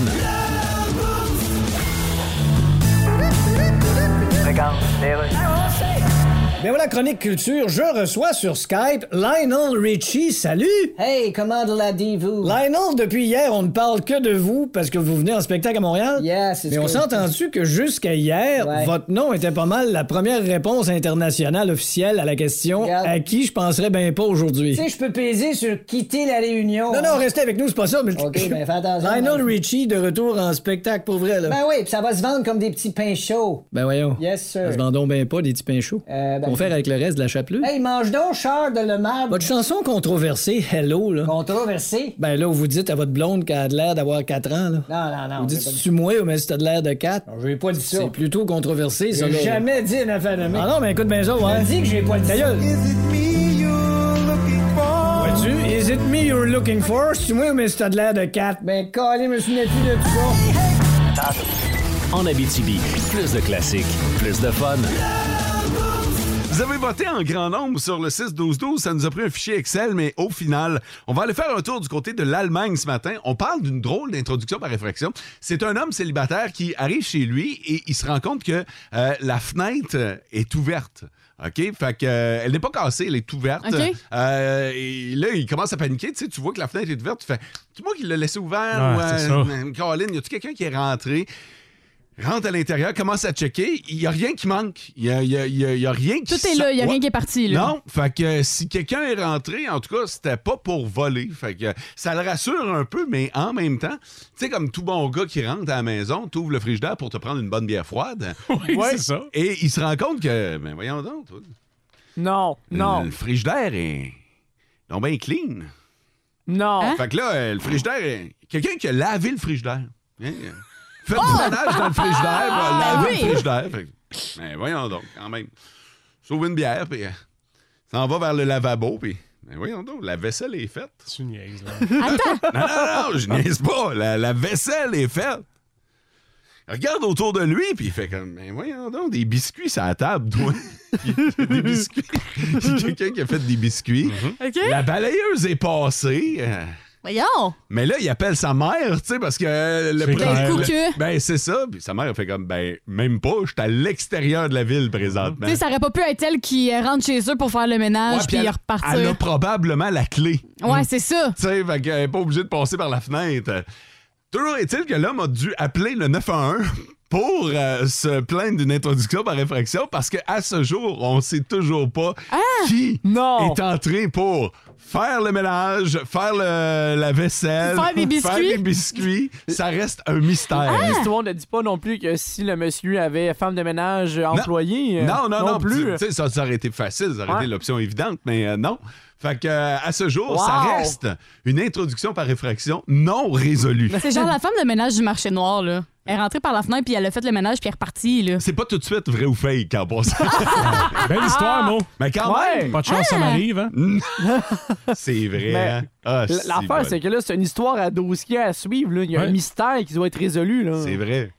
Ben voilà, Chronique Culture, je reçois sur Skype Lionel Richie. Salut! Hey, comment la vous Lionel, depuis hier, on ne parle que de vous parce que vous venez en spectacle à Montréal. Yes, Mais on
correct.
s'entend-tu que jusqu'à hier,
Ouais.
votre nom était pas mal la première réponse internationale officielle à la question
Regarde.
à qui je penserais bien pas aujourd'hui?
Tu sais, je peux peser sur quitter la réunion.
Non, non, restez avec nous, c'est pas ça. Mais je-
OK, ben fais attention.
Lionel Richie de retour en spectacle pour vrai, là.
Ben oui, puis ça va se vendre comme des petits pains chauds.
Ben voyons.
Yes, sir.
Ça se vend donc bien pas, des petits pains chauds.
Euh, ben-
On fait avec le reste de la chapelure.
Hey, mange donc, char de le marbre.
Votre chanson controversée, Hello, là. Controversée? Ben là, vous dites à votre blonde qu'elle a de l'air d'avoir 4 ans, là.
Non, non, non.
vous
j'ai
dites,
pas dit-
tu moi ou mais si t'as de l'air de 4? J'ai pas dit
ça.
C'est plutôt controversé, ça, là.
J'ai jamais dit une affaire de
Ah non, mais écoute bien ça, ouais.
dit que j'ai pas dit
Ta
ça.
gueule. Vois-tu? Is it me you're looking for? C'est moi ou mais si t'as de l'air de 4?
Ben, calé, me souviens plus de tout ça.
En Abitibi, plus de classiques, plus de fun.
Vous avez voté en grand nombre sur le 6-12-12. Ça nous a pris un fichier Excel, mais au final, on va aller faire un tour du côté de l'Allemagne ce matin. On parle d'une drôle d'introduction par réfraction. C'est un homme célibataire qui arrive chez lui et il se rend compte que euh, la fenêtre euh, est ouverte. OK? Fait que, euh, elle n'est pas cassée, elle est ouverte.
OK.
Euh, et là, il commence à paniquer. Tu sais, tu vois que la fenêtre est ouverte. Tu fais, c'est moi qui l'ai laissé ouvert.
Ouais,
ou,
c'est
euh,
ça.
Caroline, y a-tu quelqu'un qui est rentré? rentre à l'intérieur, commence à checker, il n'y a rien qui manque. Il n'y a, il y a- il y a- il y a rien qui
Tout est là, il y a
sort.
rien qui est parti, là.
Non, fait que euh, si quelqu'un est rentré, en tout cas, c'était pas pour voler. Fait que ça le rassure un peu, mais en même temps, tu sais, comme tout bon gars qui rentre à la maison, t'ouvres le frigidaire pour te prendre une bonne bière froide.
Oui, c'est ça.
Et il se rend compte que, ben voyons donc, toi,
Non, non,
le frigidaire est non bien clean.
non.
Hein?
Fait que là, euh, le frigidaire, est... quelqu'un qui a lavé le frigidaire. Hein? Faites du ménage dans le frigidaire,
Oh! Ah!
bah, laver
Ben oui.
le frigidaire. Fait que, ben, voyons donc, quand même. Sauve une bière, puis euh, s'en va vers le lavabo, puis ben, voyons donc, la vaisselle est faite.
Tu niaises, là.
Non, non, non, je niaise pas. La, la vaisselle est faite. Il Regarde autour de lui, puis il fait comme, ben voyons donc, des biscuits sur la table, toi. des biscuits. Il y a quelqu'un qui a fait des biscuits.
Mm-hmm.
OK.
La balayeuse est passée. euh,
Voyons!
mais là, il appelle sa mère, tu sais, parce que euh, le
C'est clair.
le-
Ben, coucou.
Ben, c'est ça. Puis sa mère, elle fait comme, ben, même pas, je suis à l'extérieur de la ville présentement.
Tu sais, ça aurait pas pu être elle qui euh, rentre chez eux pour faire le ménage
Ben- Ouais, puis
puis
elle,
repartir.
elle a probablement la clé.
Ouais, c'est ça.
Tu sais, fait qu'elle n'est pas obligée de passer par la fenêtre. Toujours est-il que l'homme a dû appeler le 911 pour euh, se plaindre d'une introduction par infraction parce qu'à ce jour, on ne sait toujours pas
Ah!
qui est entré pour faire le ménage, faire le- la vaisselle,
Faire des biscuits.
des biscuits. Ça reste un mystère.
Euh,
Ah!
L'histoire ne dit pas non plus que si le monsieur avait femme de ménage employé. euh,
Non, non, non,
plus.
Tu sais, ça, ça aurait été facile, ça aurait
Ouais.
été l'option évidente, mais euh, non. Fait que, euh, à ce jour, ça
Wow.
reste une introduction par réfraction non résolue.
C'est genre la femme de ménage du marché noir, là. Elle est rentrée par la fenêtre, puis elle a fait le ménage, puis elle est repartie, là.
C'est pas tout de suite vrai ou fake en passant.
Belle histoire, non?
Mais quand
Ah. Ouais.
même!
Pas de chance, ça m'arrive, hein?
C'est vrai,
Mais
hein? Ah,
l-
si
L'affaire,
bonne.
c'est que là, c'est une histoire à dossier à suivre. là. Il y a un
Ouais.
mystère qui doit être résolu. là.
C'est vrai.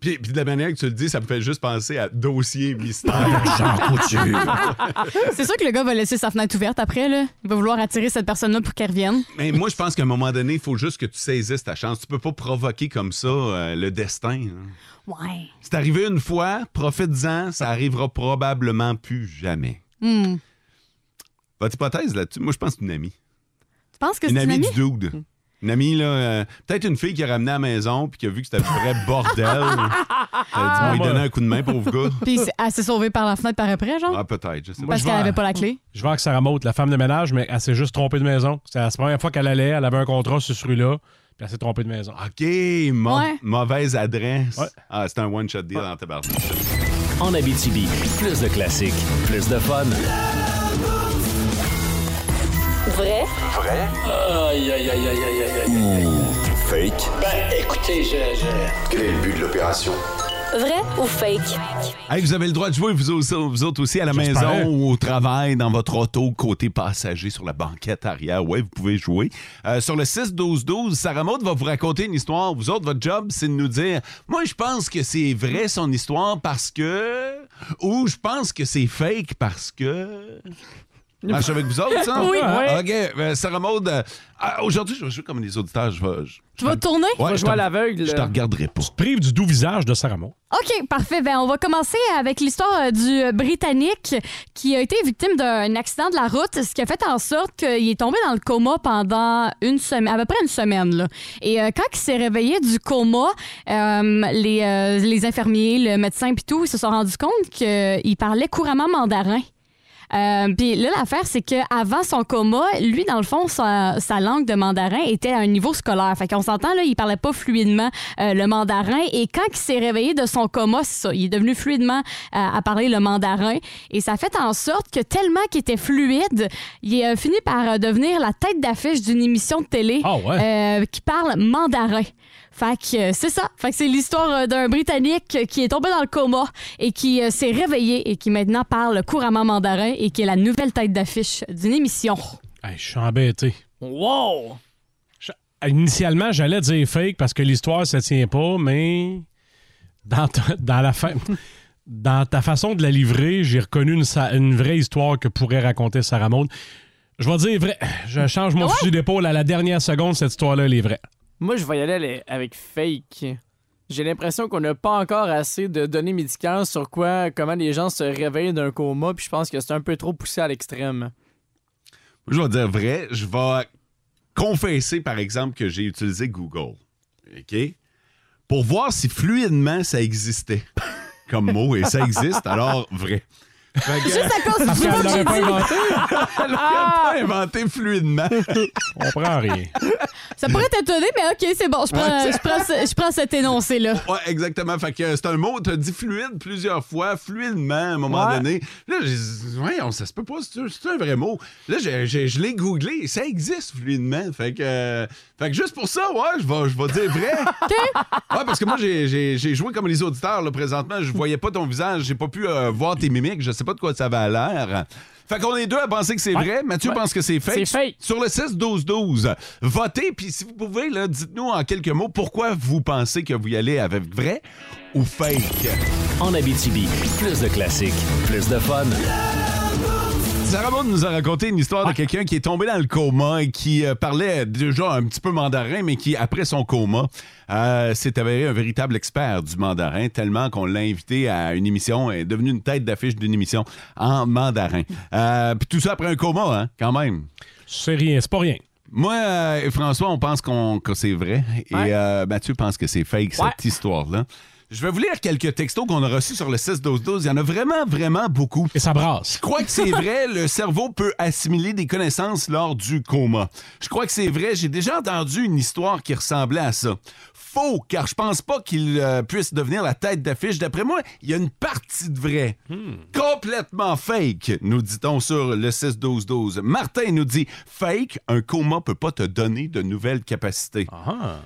Puis, puis de la manière que tu le dis, ça me fait juste penser à dossier mystère. Jean
Ah, C'est sûr que le gars va laisser sa fenêtre ouverte après, là. Il va vouloir attirer cette personne-là pour qu'elle revienne.
Mais moi, je pense qu'à un moment donné, il faut juste que tu saisisses ta chance. Tu peux pas provoquer comme ça euh, le destin. hein.
Ouais.
C'est arrivé une fois, profites-en, ça arrivera probablement plus jamais.
Hmm.
Votre hypothèse là-dessus, moi je pense que c'est une amie.
Tu penses que c'est
Une amie du dude. Une amie, là, euh, peut-être une fille qui a ramené à la maison puis qui a vu que c'était un vrai bordel. Elle a dit, bon, Euh, il donnait un coup de main, pauvre gars.
Ah! Puis c'est- elle s'est sauvée par la fenêtre par après, genre?
Ah, peut-être, je sais pas.
Parce qu'elle avait pas la clé.
Je vais avec Sarah Maud, la femme de ménage, mais elle s'est juste trompée de maison. C'est la première fois qu'elle allait, elle avait un contrat sur ce rue-là, puis elle s'est trompée de maison.
OK, mo-
Ouais.
mauvaise adresse. Ah, c'est un one-shot deal en tabarnak.
En Abitibi, plus de classiques, plus de fun.
Vrai?
Vrai?
Ah.
Aïe, aïe, aïe, aïe, aïe, aïe, aïe.
Fake.
Ben, écoutez, je.
Quel est le but de l'opération?
Vrai ou fake?
Hey, vous avez le droit de jouer, vous, aussi- vous autres aussi, à la maison
J'espère.
ou au travail, dans votre auto, côté passager, sur la banquette arrière. Ouais, vous pouvez jouer. Euh, sur le 6-12-12, Sarah Maud va vous raconter une histoire. Vous autres, votre job, c'est de nous dire Moi, je pense que c'est vrai son histoire parce que. Ou je pense que c'est fake parce que. Marche avec vous autres, ça?
Oui. Oui.
OK. euh, Sarah Maud, euh, ah, aujourd'hui, je vais jouer comme les auditeurs. Je vais, je-
Tu vas te tourner?
Ouais, je te- Je
euh.
te regarderai pas.
Prive du doux visage de Sarah Maud.
OK, parfait. Ben, on va commencer avec l'histoire euh, du euh, Britannique qui a été victime d'un accident de la route, ce qui a fait en sorte qu'il est tombé dans le coma pendant une semaine, à peu près une semaine. là. Et euh, quand il s'est réveillé du coma, euh, les, euh, les infirmiers, le médecin puis tout, ils se sont rendus compte qu'il parlait couramment mandarin. Euh, Puis là, l'affaire, c'est qu'avant son coma, lui, dans le fond, sa, sa langue de mandarin était à un niveau scolaire. Fait qu'on s'entend, là, il parlait pas fluidement euh, le mandarin. Et quand il s'est réveillé de son coma, c'est ça, il est devenu fluidement euh, à parler le mandarin. Et ça a fait en sorte que tellement qu'il était fluide, il a fini par euh, devenir la tête d'affiche d'une émission de télé
Ah ouais.
euh, qui parle mandarin. Fait que euh, c'est ça. Fait que c'est l'histoire euh, d'un Britannique euh, qui est tombé dans le coma et qui euh, s'est réveillé et qui maintenant parle couramment mandarin et qui est la nouvelle tête d'affiche d'une émission.
Hey, je suis embêté.
Wow!
Initialement, j'allais dire fake parce que l'histoire se tient pas, mais dans, ta- dans la fin. Dans ta façon de la livrer, j'ai reconnu une, sa- une vraie histoire que pourrait raconter Sarah Maud. Je vais dire vrai. Je change mon fusil d'épaule à la dernière seconde. Cette histoire-là, elle est vraie.
Moi, je vais y aller aller avec fake. J'ai l'impression qu'on n'a pas encore assez de données médicales sur quoi, comment les gens se réveillent d'un coma, puis je pense que c'est un peu trop poussé à l'extrême.
Je vais dire vrai. Je vais confesser, par exemple, que j'ai utilisé Google. OK? Pour voir si fluidement ça existait comme mot. Et ça existe, alors vrai. Fait que-
Juste à cause du Parce mot qu'elle que j'ai l'aurait pas dit. inventé.
Elle l'aurait pas inventé fluidement.
On prend rien.
Ça pourrait t'étonner, mais ok, c'est bon. Je prends,
Ouais.
je prends, ce- je prends cet énoncé-là.
Ouais, exactement. Fait que euh, c'est un mot, t'as dit fluide plusieurs fois, fluidement à un moment
Ouais.
donné. Là, j'ai dit, voyons, ça se peut pas, c'est un- c'est un vrai mot. Là, j'ai- j'ai- je l'ai googlé et ça existe fluidement. Fait que, euh, fait que juste pour ça, ouais, je vais, je vais dire vrai. Ouais, parce que moi, j'ai- j'ai j'ai joué comme les auditeurs, là, présentement. Je voyais pas ton visage, j'ai pas pu euh, voir tes mimiques, je sais pas de quoi ça avait à l'air. Fait qu'on est deux à penser que c'est vrai. Mathieu
Ouais.
pense que c'est fake.
C'est fake.
Sur le 6-12-12, votez, puis si vous pouvez, là, dites-nous en quelques mots pourquoi vous pensez que vous y allez avec vrai ou fake.
En Abitibi, plus de classiques, plus de fun.
Sarah Maud nous a raconté une histoire de quelqu'un qui est tombé dans le coma et qui euh, parlait déjà un petit peu mandarin, mais qui, après son coma, euh, s'est avéré un véritable expert du mandarin, tellement qu'on l'a invité à une émission, est devenu une tête d'affiche d'une émission en mandarin. Euh, Puis tout ça après un coma, hein, quand même.
C'est rien, c'est pas rien.
Moi euh, et François, on pense qu'on, que c'est vrai et euh, Mathieu pense que c'est fake,
Ouais.
cette histoire-là. Je vais vous lire quelques textos qu'on a reçus sur le 6-12-12. Il y en a vraiment, vraiment beaucoup.
Et ça brasse.
Je crois que c'est vrai, le cerveau peut assimiler des connaissances lors du coma. Je crois que c'est vrai, j'ai déjà entendu une histoire qui ressemblait à ça. Faux, car je pense pas qu'il euh, puisse devenir la tête d'affiche. D'après moi, il y a une partie de vrai.
Hmm.
Complètement fake, nous dit-on sur le 6-12-12. Martin nous dit fake, un coma peut pas te donner de nouvelles capacités.
Ah,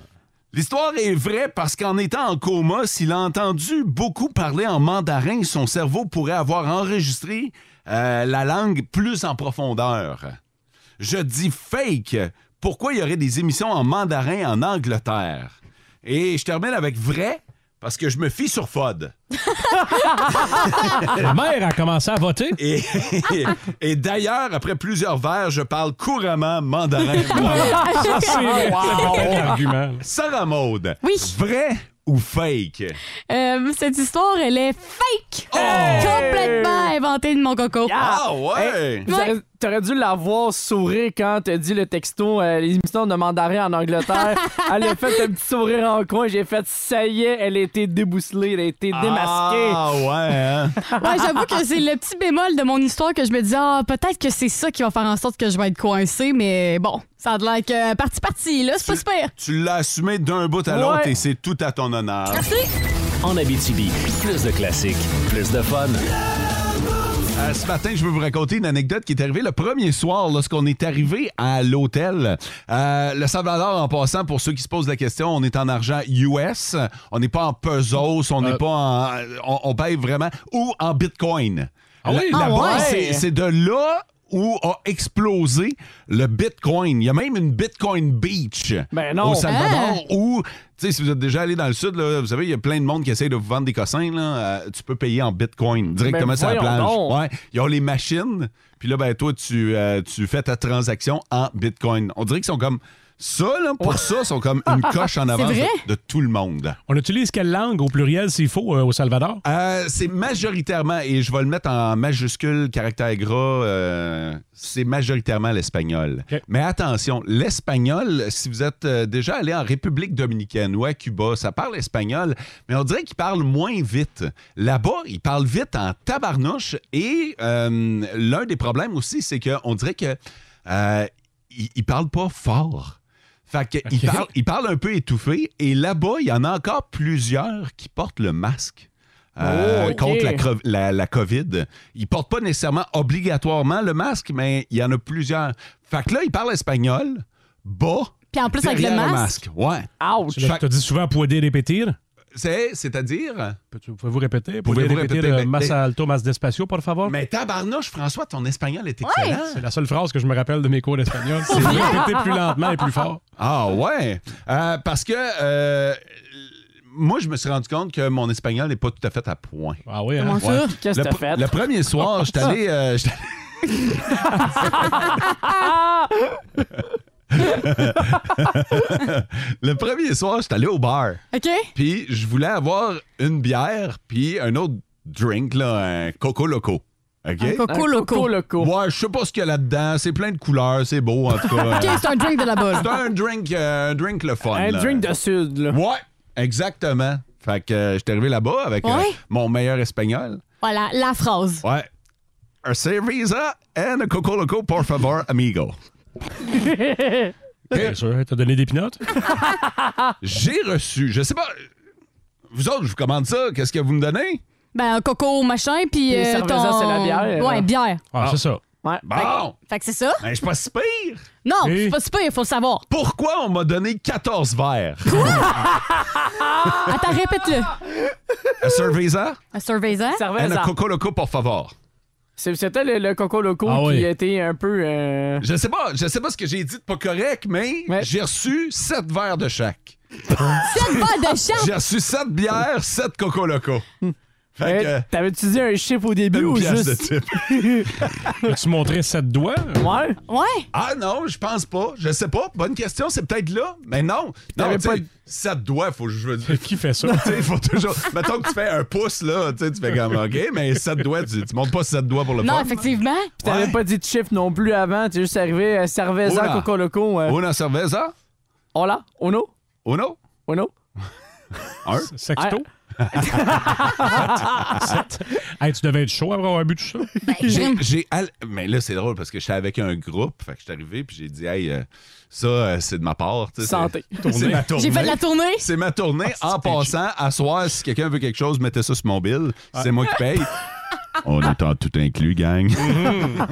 L'histoire est vraie parce qu'en étant en coma, s'il a entendu beaucoup parler en mandarin, son cerveau pourrait avoir enregistré euh, la langue plus en profondeur. Je dis fake. Pourquoi il y aurait des émissions en mandarin en Angleterre? Et je termine avec vrai parce que je me fie sur FOD.
La mère a commencé à voter.
Et, et d'ailleurs, après plusieurs verres, je parle couramment mandarin.
Ça, c'est vrai. C'est un bel argument.
Sarah Maud,
Oui.
vrai ou fake?
Euh, cette histoire, elle est fake! Complètement inventée de mon coco.
Ah,
Ah! Hey, vous auriez- T'aurais dû la voir sourire quand t'as dit le texto euh, les émissions de mandarin en Angleterre. elle a fait un petit sourire en coin. J'ai fait ça y est, elle a été débousselée, elle a été démasquée.
Ah ouais, hein?
Ouais, j'avoue que c'est le petit bémol de mon histoire que je me dis, ah, peut-être que c'est ça qui va faire en sorte que je vais être coincé, mais bon, ça a de l'air que parti parti, là, c'est pas super.
Tu l'as assumé d'un bout à l'autre et c'est tout à ton honneur.
En Abitibi, plus de classiques, plus de fun.
Euh, ce matin, je veux vous raconter une anecdote qui est arrivée le premier soir lorsqu'on est arrivé à l'hôtel. Euh, le Salvador, en passant, pour ceux qui se posent la question, on est en argent US, on n'est pas en pesos, on n'est
Euh.
pas en... On, on paye vraiment... Ou en bitcoin.
Ah oui?
La-
Ah
là-bas,
ouais?
c'est- c'est de là où a explosé le Bitcoin. Il y a même une Bitcoin Beach
Ben non.
au Salvador
Hein?
où, tu sais, si vous êtes déjà allé dans le sud, là, vous savez, il y a plein de monde qui essaye de vous vendre des cossins. Là, Euh, tu peux payer en Bitcoin directement
Ben
sur la
voyons
plage.
donc.
Ouais, ils ont les machines. Puis là, ben toi, tu, euh, tu fais ta transaction en Bitcoin. On dirait qu'ils sont comme... Ça, là, pour ça, ils sont comme une coche en
C'est
avance de-
vrai?
de tout le monde.
On utilise quelle langue au pluriel s'il faut euh, au Salvador?
Euh, c'est majoritairement, et je vais le mettre en majuscule, caractère gras, euh, c'est majoritairement l'espagnol. Mais attention, l'espagnol, si vous êtes euh, déjà allé en République dominicaine ou à Cuba, ça parle espagnol, mais on dirait qu'ils parlent moins vite. Là-bas, ils parlent vite en tabarnouche, et euh, l'un des problèmes aussi, c'est qu'on dirait que euh, ils, ils parlent pas fort. Fait que ils parlent- ils parlent un peu étouffé, et là-bas, il y en a encore plusieurs qui portent le masque. Euh,
Oh, ok.
contre la, crov- la- la COVID. Ils portent pas nécessairement obligatoirement le masque, mais il y en a plusieurs. Fait que là, ils parlent espagnol, bas.
Puis en plus, avec le
derrière
masque.
Ouais.
Ouch!
Je te dis souvent poder répétir.
C'est, c'est-à-dire?
Pouvez-vous répéter? Pouvez-vous
Pouvez-vous
répéter,
répéter,
le
mais-
mas alto, mas despacio, por favor?
Mais tabarnouche, François, ton espagnol est
Ouais.
excellent.
C'est la seule phrase que je me rappelle de mes cours d'espagnol. C'est de répéter plus lentement et plus fort.
Ah ouais? Euh, parce que euh, moi, je me suis rendu compte que mon espagnol n'est pas tout à fait à point.
Ah oui,
hein? Comment ça? Qu'est-ce que
le,
t'as
pr-
fait?
Le premier soir, j'étais allé... euh, j'étais allé- le premier soir, j'étais allé au bar.
OK?
Puis je voulais avoir une bière, puis un autre drink, là, un Coco Loco. OK?
Un Coco Un Coco Loco.
Ouais, je sais pas ce qu'il y a là-dedans. C'est plein de couleurs, c'est beau, en tout cas.
OK, c'est un drink de la boule.
C'est un drink, euh, un drink le fun.
Un drink
de sud, là.
Ouais, exactement. Fait que euh, j'étais arrivé là-bas avec euh,
Ouais.
mon meilleur espagnol.
Voilà, la phrase.
Ouais. Un cerveza and a Coco Loco, por favor, amigo.
Bien sûr, t'as donné des pinottes?
J'ai reçu, je sais pas, vous autres, je vous commande ça, qu'est-ce que vous me donnez?
Ben, un coco, machin, puis.
Puis
euh,
cerveza,
ton-
c'est la bière.
Ouais, bière.
Ah, c'est ça.
Ouais.
Bon!
Fait que c'est ça?
Ben, je suis pas si pire!
Non, c'est pas super, il faut le savoir.
Pourquoi on m'a donné 14 verres?
Attends, répète-le.
Un cerveza
Un Hein? cerveza.
and a Coco Loco, por favor.
C'est- C'était le, le Coco Loco
Ah
qui
oui.
était un peu. euh,
Je sais pas, je sais pas ce que j'ai dit de pas correct, mais j'ai reçu 7 verres de chaque. 7
verres de chaque? Euh,
J'ai reçu 7 bières, 7 Coco Loco. Fait que,
T'avais utilisé un chiffre au début
Une
ou
pièce
juste.
de
As-tu montré sept doigts?
Ouais.
Ouais.
Ah non, je pense pas. Je sais pas. Bonne question, c'est peut-être là. Mais non. Non,
t'avais
tu
pas
sais, ça te doit, faut que je veux dire.
Qui fait ça?
Tu sais, faut toujours. Mettons que tu fais un pouce, là. Tu sais, tu fais comme, OK, mais ça te doit. Tu, tu montes pas ça te doit pour le
Non,
fun.
effectivement.
Puis t'avais pas dit de chiffre non plus avant. T'es juste arrivé à Cerveza,
Hola.
Coco Loco. euh,
Una cerveza?
Hola. Uno.
Uno?
Uno. Ah,
Un?
Sexto?
Ah.
Sept. Hey, tu devais être chaud après avoir bu tout
Ben,
ça?
J'ai- j'ai all- Mais là, c'est drôle parce que j'étais avec un groupe. Fait que j'étais arrivé puis j'ai dit, hey, euh, ça, euh, c'est de ma part. tu sais,
Santé.
c'est-
Tournée.
C'est ma tournée.
J'ai fait de la
tournée.
C'est ma tournée. en passant, à soir, si quelqu'un veut quelque chose, mettez ça sur mon bill. C'est moi qui paye. On est en tout inclus, gang.
Mhm.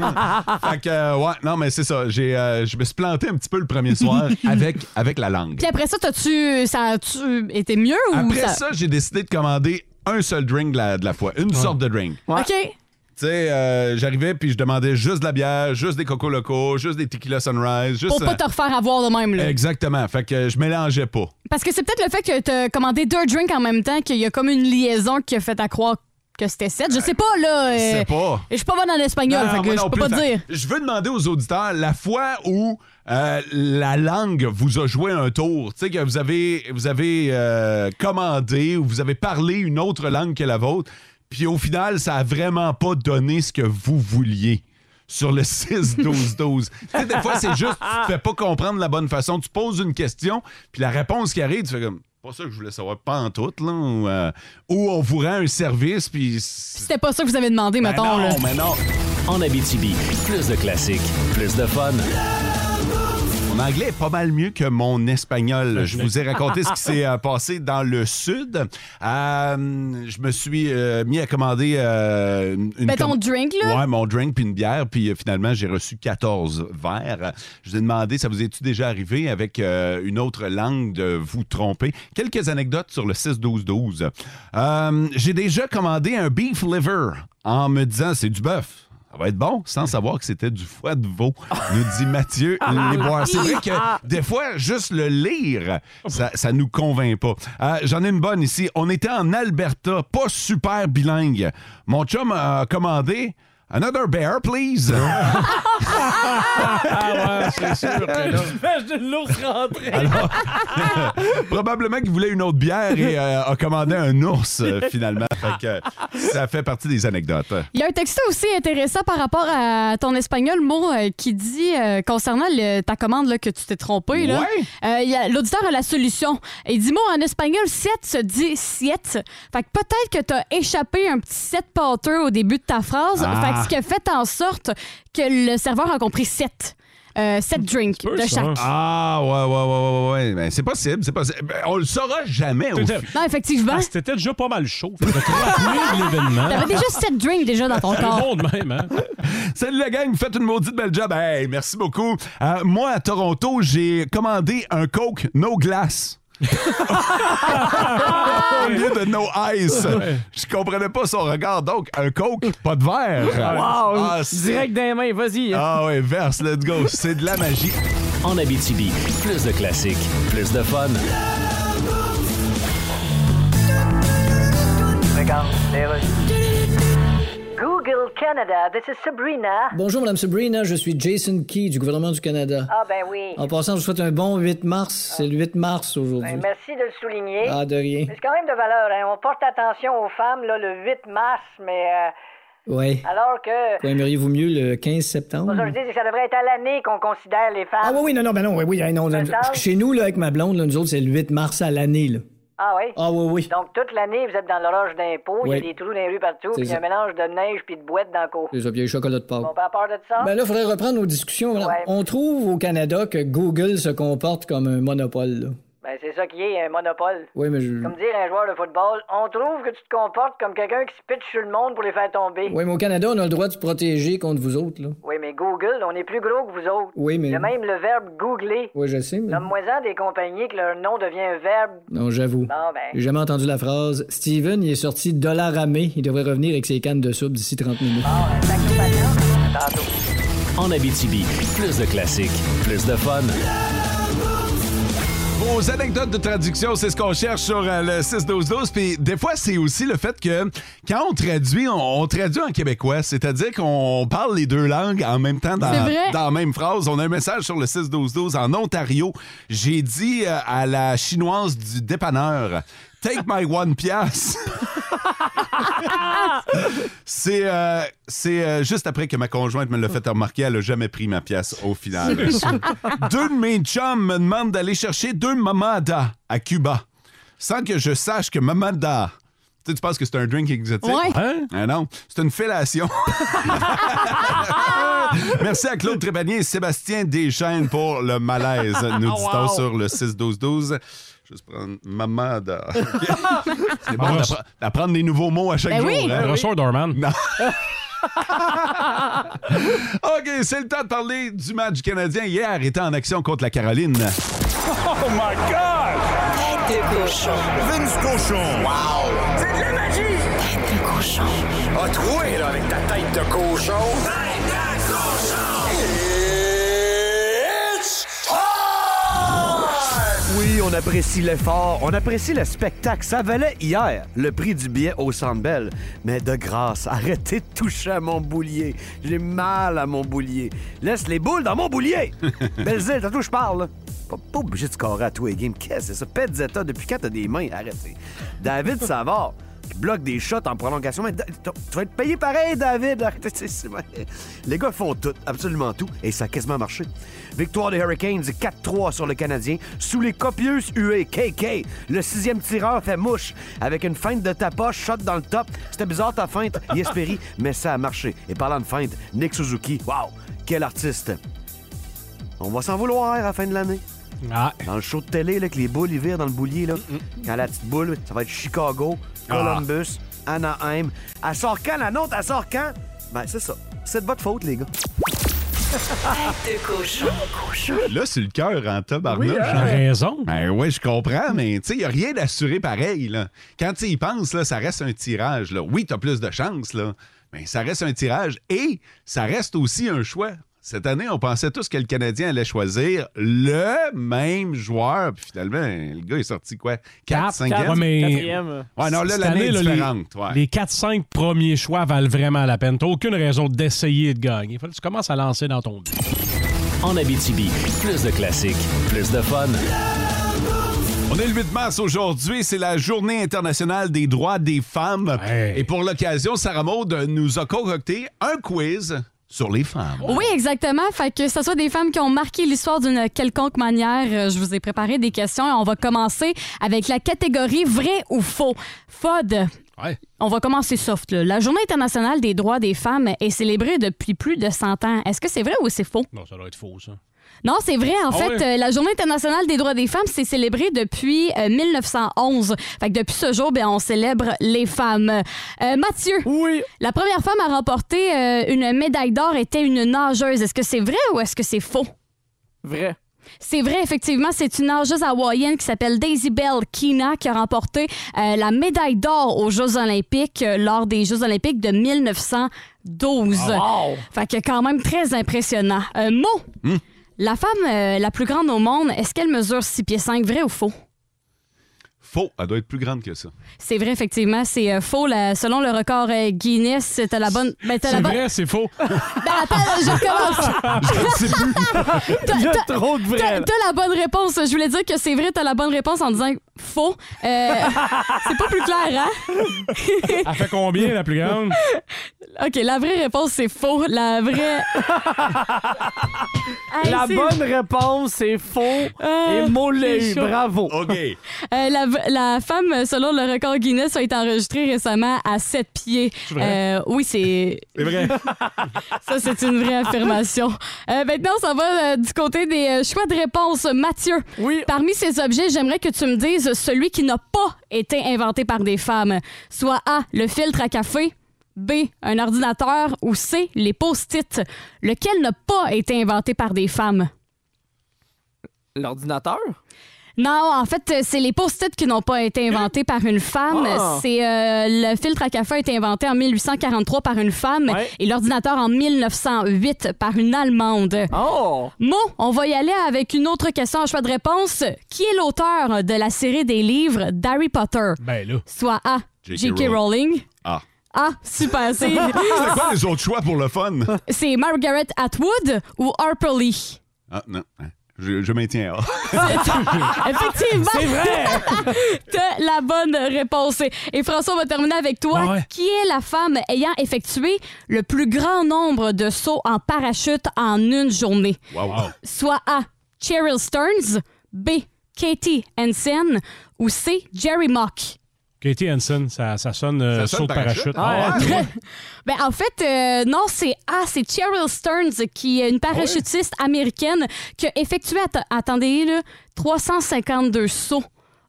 fait que, euh, ouais, non, mais c'est ça. J'ai, euh, je me suis planté un petit peu le premier soir avec, avec la langue.
Puis après ça, t'as-tu. Ça a-tu été mieux ou.
Après ça, j'ai décidé de commander un seul drink de la, de la fois, une sorte de drink.
OK.
Tu sais, euh, j'arrivais puis je demandais juste de la bière, juste des Coco Loco, juste des Tequila Sunrise, juste.
Pour
euh,
pas te refaire avoir de même, là.
Exactement. Fait que je mélangeais pas.
Parce que c'est peut-être le fait que t'as commandé deux drinks en même temps qu'il y a comme une liaison qui a fait à croire que c'était sept. Je sais pas, là. euh,
Ben, Je sais pas.
Je suis pas bonne en espagnol,
Non,
fait
non,
que
moi
je
non
peux
plus.
pas te
Fait-
dire.
Je veux demander aux auditeurs la fois où euh, la langue vous a joué un tour. Tu sais, que vous avez, vous avez euh, commandé ou vous avez parlé une autre langue que la vôtre, puis au final, ça a vraiment pas donné ce que vous vouliez. Sur le 6-12-12. tu sais, des fois, c'est juste, tu te fais pas comprendre de la bonne façon. Tu poses une question, puis la réponse qui arrive, tu fais comme, pas ça que je voulais savoir, pas en tout, là. Ou, euh, ou on vous rend un service, puis.
C'était pas ça que vous avez demandé,
Ben
mettons,
non,
là.
mais non.
En Abitibi, plus de classiques, plus de fun.
Mon anglais est pas mal mieux que mon espagnol. Je vous ai raconté ce qui s'est euh, passé dans le sud. Euh, je me suis euh, mis à commander euh, une. une
Ben, ton
com-
drink, là?
Ouais, mon drink puis une bière. Puis euh, finalement, j'ai reçu 14 verres. Je vous ai demandé, ça vous est-tu déjà arrivé avec euh, une autre langue de vous tromper? Quelques anecdotes sur le 6-12-12. Euh, j'ai déjà commandé un beef liver en me disant c'est du bœuf. Ça va être bon, sans savoir que c'était du foie de veau, nous dit Mathieu Léboire. C'est vrai que des fois, juste le lire, ça, ça nous convainc pas. Euh, J'en ai une bonne ici. On était en Alberta, pas super bilingue. Mon chum a commandé Another bear, please.
Ah
ouais, c'est sûr que là-
J'imagine l'ours rentrer.
Probablement qu'il voulait une autre bière et euh, a commandé un ours, euh, finalement. Fait que, euh, ça fait partie des anecdotes.
Il y a un texto aussi intéressant par rapport à ton espagnol, mot euh, qui dit euh, concernant le- ta commande là, que tu t'es trompé. là.
Ouais.
Euh, il y a- L'auditeur a la solution. Il dit mot en espagnol, 7 se dit 7. Fait que peut-être que tu as échappé un petit 7 pâteux au début de ta phrase.
Ah.
Fait que ce qui a fait en sorte que le serveur a compris 7.
Hmm,
7 drinks de chaque.
Ah, ouais, ouais, ouais, ouais, ouais. Ben, c'est possible, c'est possible. Ben, on le saura jamais. Au fi-
Non, effectivement.
Ah,
Ah,
C'était déjà pas mal chaud. Fait que t'as appelé de l'événement.
T'avais déjà 7 drinks déjà dans ton corps.
bon de même, hein?
Salut la gang, vous faites une maudite belle job. Hey, merci beaucoup. Euh, moi, à Toronto, j'ai commandé un Coke no glace.
Ah!
Au lieu de no ice.
Ouais.
Je comprenais pas son regard. Donc, un Coke, pas de verre.
Wow!
Ah,
Direct dans les mains, vas-y.
Ah ouais, verse, let's go. C'est de la magie.
En Abitibi, plus de classiques, plus de fun.
Google Canada, this is Sabrina.
Bonjour, Madame Sabrina, je suis Jason Key du gouvernement du Canada.
Ah ben oui.
En passant, je vous souhaite un bon 8 mars. C'est le 8 mars aujourd'hui.
Ben, merci de le souligner.
Ah, de rien.
Mais C'est quand même de valeur. Hein. On porte attention aux femmes là, le 8 mars, mais... euh,
Ouais.
Alors que...
Quoi, aimeriez-vous mieux le 15 septembre?
Pour ça, je dis que ça devrait être à l'année qu'on considère les femmes.
Ah oui, oui, non, non, ben non, oui, oui, hey, non.
Septembre.
Parce que chez nous, là, avec ma blonde, là, nous autres, c'est le 8 mars à l'année, là.
Ah oui?
Ah oui, oui.
Donc, toute l'année, vous êtes dans l'orage d'impôts, il y
Oui.
a des trous dans les rues partout,
C'est
puis il y a un
ça.
mélange de neige puis de boîtes dans le cours.
Les vieux chocolats de Pâques.
On peut avoir peur de ça?
Ben là, il faudrait reprendre nos discussions. madame.
Ouais.
On trouve au Canada que Google se comporte comme un monopole, là.
Ben, c'est ça qui est un monopole.
Oui, mais je...
Comme dire à un joueur de football, on trouve que tu te comportes comme quelqu'un qui se pitche sur le monde pour les faire tomber.
Oui, mais au Canada, on a le droit de se protéger contre vous autres, là.
Oui, mais Google, on est plus gros que vous autres.
Oui, mais-
Il y a même le verbe googler.
Oui, je sais, mais...
Nomme-moi-en des compagnies que leur nom devient un verbe.
Non, j'avoue.
Bon, ben.
J'ai jamais entendu la phrase. Steven, il est sorti dollar ramé. Il devrait revenir avec ses cannes de soupe d'ici 30 minutes.
En Abitibi, plus de classiques, plus de fun.
Vos anecdotes de traduction, c'est ce qu'on cherche sur euh, le 6-12-12. Puis des fois, c'est aussi le fait que quand on traduit, on, on traduit en québécois. C'est-à-dire qu'on parle les deux langues en même temps dans,
C'est vrai.
dans la même phrase. On a un message sur le 6-12-12 en Ontario. J'ai dit euh, à la chinoise du dépanneur, Take my one pièce.
Ah,
c'est euh, c'est euh, juste après que ma conjointe me l'a fait remarquer, elle n'a jamais pris ma pièce au final. deux de mes chums me demandent d'aller chercher deux mamadas à Cuba sans que je sache que mamada. Tu, sais, tu penses que c'est un drink exotique?
Ouais.
Ah non, c'est une fellation. Merci à Claude Trépanier et Sébastien Deschênes pour le malaise, nous
Oh,
Wow.
dit-on sur le 6-12-12. Je vais juste prendre mamada. C'est bon
Ah,
d'appre- d'apprendre des nouveaux mots à chaque
Ben
jour.
oui.
hein?
Brosseur Dorman.
Non. OK, c'est le temps de parler du match canadien hier étant en action contre la Caroline.
Oh my God! Tête de cochon.
Vince cochon.
Wow! C'est de la magie! Tête de cochon.
Ah, troué, là, avec ta tête de cochon.
Tête de
Oui, on apprécie l'effort, on apprécie le spectacle. Ça valait hier le prix du billet au Centre Bell. Mais de grâce, arrêtez de toucher à mon boulier. J'ai mal à mon boulier. Laisse les boules dans mon boulier! Belzile, t'as tout, je parle. là. Pas, pas obligé de scorer à tous les games. Qu'est-ce que c'est ça? Petzetta, depuis quand t'as des mains? Arrêtez. David Savard, qui bloque des shots en prolongation. Mais da- tu tu vas être payé pareil, David. Arrêtez, c'est- c'est- Les gars font tout, absolument tout, et ça a quasiment marché. Victoire des Hurricanes 4-3 sur le Canadien, sous les copieuses huées. KK, le sixième tireur fait mouche avec une feinte de tapas, shot dans le top. C'était bizarre ta feinte, Yespéry, mais ça a marché. Et parlant de feinte, Nick Suzuki, wow, quel artiste. On va s'en vouloir à la fin de l'année. Dans le show de télé, là, que les boules, ils virent dans le boulier, là. Quand la petite boule, ça va être Chicago,
Ah.
Columbus, Anaheim. Elle sort quand, la nôtre? Elle sort quand? Ben, c'est ça. C'est de votre faute, les gars.
Tête de cochon.
Là, c'est le cœur en tabarnouche.
Oui, hein?
T'as
raison.
Ben ouais, je comprends, mais tu sais, il n'y a rien d'assuré pareil. Là. Quand tu y penses, là, ça reste un tirage. Là. Oui, tu as plus de chance, là, mais ça reste un tirage et ça reste aussi un choix. Cette année, on pensait tous que le Canadien allait choisir le même joueur. Puis finalement, le gars est sorti quoi? 4, 5
Ouais, mais-
non, là,
Cette
l'année est
année, là, les-
différente. ouais.
Les 4-5 premiers choix valent vraiment la peine. T'as aucune raison d'essayer de gagner. Faut que tu commences à lancer dans ton but.
En Abitibi, plus de classiques, plus de fun.
On est le 8 mars aujourd'hui, c'est la journée internationale des droits des femmes. Et pour l'occasion, Sarah Maud nous a concocté un quiz sur les femmes.
Oui, exactement. Fait que ce soit des femmes qui ont marqué l'histoire d'une quelconque manière, euh, je vous ai préparé des questions et on va commencer avec la catégorie vrai ou faux. Fod. On va commencer soft. là. La Journée internationale des droits des femmes est célébrée depuis plus de 100 ans. Est-ce que c'est vrai ou c'est faux?
Non, ça doit être faux, ça.
Non, c'est vrai. En
Ah
fait,
ouais?
euh, la Journée internationale des droits des femmes s'est célébrée depuis euh, 1911. Fait que depuis ce jour, ben, on célèbre les femmes. Euh, Mathieu.
Oui.
La première femme à remporter euh, une médaille d'or était une nageuse. Est-ce que c'est vrai ou est-ce que c'est faux?
Vrai.
C'est vrai, effectivement, c'est une nageuse hawaïenne qui s'appelle Daisy Bell Kina qui a remporté euh, la médaille d'or aux Jeux olympiques euh, lors des Jeux olympiques de 1912.
Ah, wow!
Fait que quand même très impressionnant. Euh, Mo, la femme euh, la plus grande au monde, est-ce qu'elle mesure 6 pieds 5, vrai ou faux?
Faux, elle doit être plus grande que ça.
C'est vrai, effectivement, c'est euh, faux. La- selon le record euh, Guinness, c'était la bonne... ben, t'as la
C'est
bonne-
vrai, c'est faux.
Ben, attends, je recommence.
Je ne sais plus.
Il y a
trop de
T'as t'as la bonne réponse. Je voulais dire que c'est vrai, t'as la bonne réponse en disant faux. Euh, c'est pas plus clair, hein?
Elle fait combien, la plus grande?
OK, la vraie réponse, c'est faux. La vraie... Hey,
La
c'est-
bonne réponse, c'est faux. et Mo l'a
c'est
eu.
chaud.
Bravo.
OK.
Euh, la, v- la femme, selon le record Guinness, a été enregistrée récemment à 7 pieds.
vrai?
Euh, oui, c'est...
C'est vrai.
Ça, c'est une vraie affirmation. Euh, maintenant, ça va euh, du côté des euh, choix de réponse. Mathieu, parmi ces objets, j'aimerais que tu me dises celui qui n'a pas été inventé par des femmes. Soit A, le filtre à café, B, un ordinateur, ou C, les post-it. Lequel n'a pas été inventé par des femmes?
L'ordinateur?
Non, en fait, euh, c'est les post-it qui n'ont pas été inventés par une femme.
Ah.
C'est euh, le filtre à café a été inventé en 1843 par une femme et l'ordinateur en 1908 par une Allemande.
Oh!
Mo, on va y aller avec une autre question en choix de réponse. Qui est l'auteur de la série des livres d'Harry Potter?
Ben là.
Soit A.
J.K.
J.K. Rowling.
Ah.
Ah, super.
C'est
C'est
quoi les autres choix pour le fun?
c'est Margaret Atwood ou Harper Lee?
Ah, non. Je, je maintiens.
Effectivement.
C'est vrai.
T'as la bonne réponse. Et François, on va terminer avec toi. Qui est la femme ayant effectué le plus grand nombre de sauts en parachute en une journée?
Wow.
Soit A. Cheryl Stearns, B. Katie Hansen ou C. Jerry Mock.
Katie Hansen, ça, ça sonne euh,
Ça sonne
saut de parachute.
parachute. Ah ouais?
ouais.
Ben, en fait, euh, non, c'est A, c'est Cheryl Stearns, qui est une parachutiste américaine qui a effectué, att- attendez, là, 352 sauts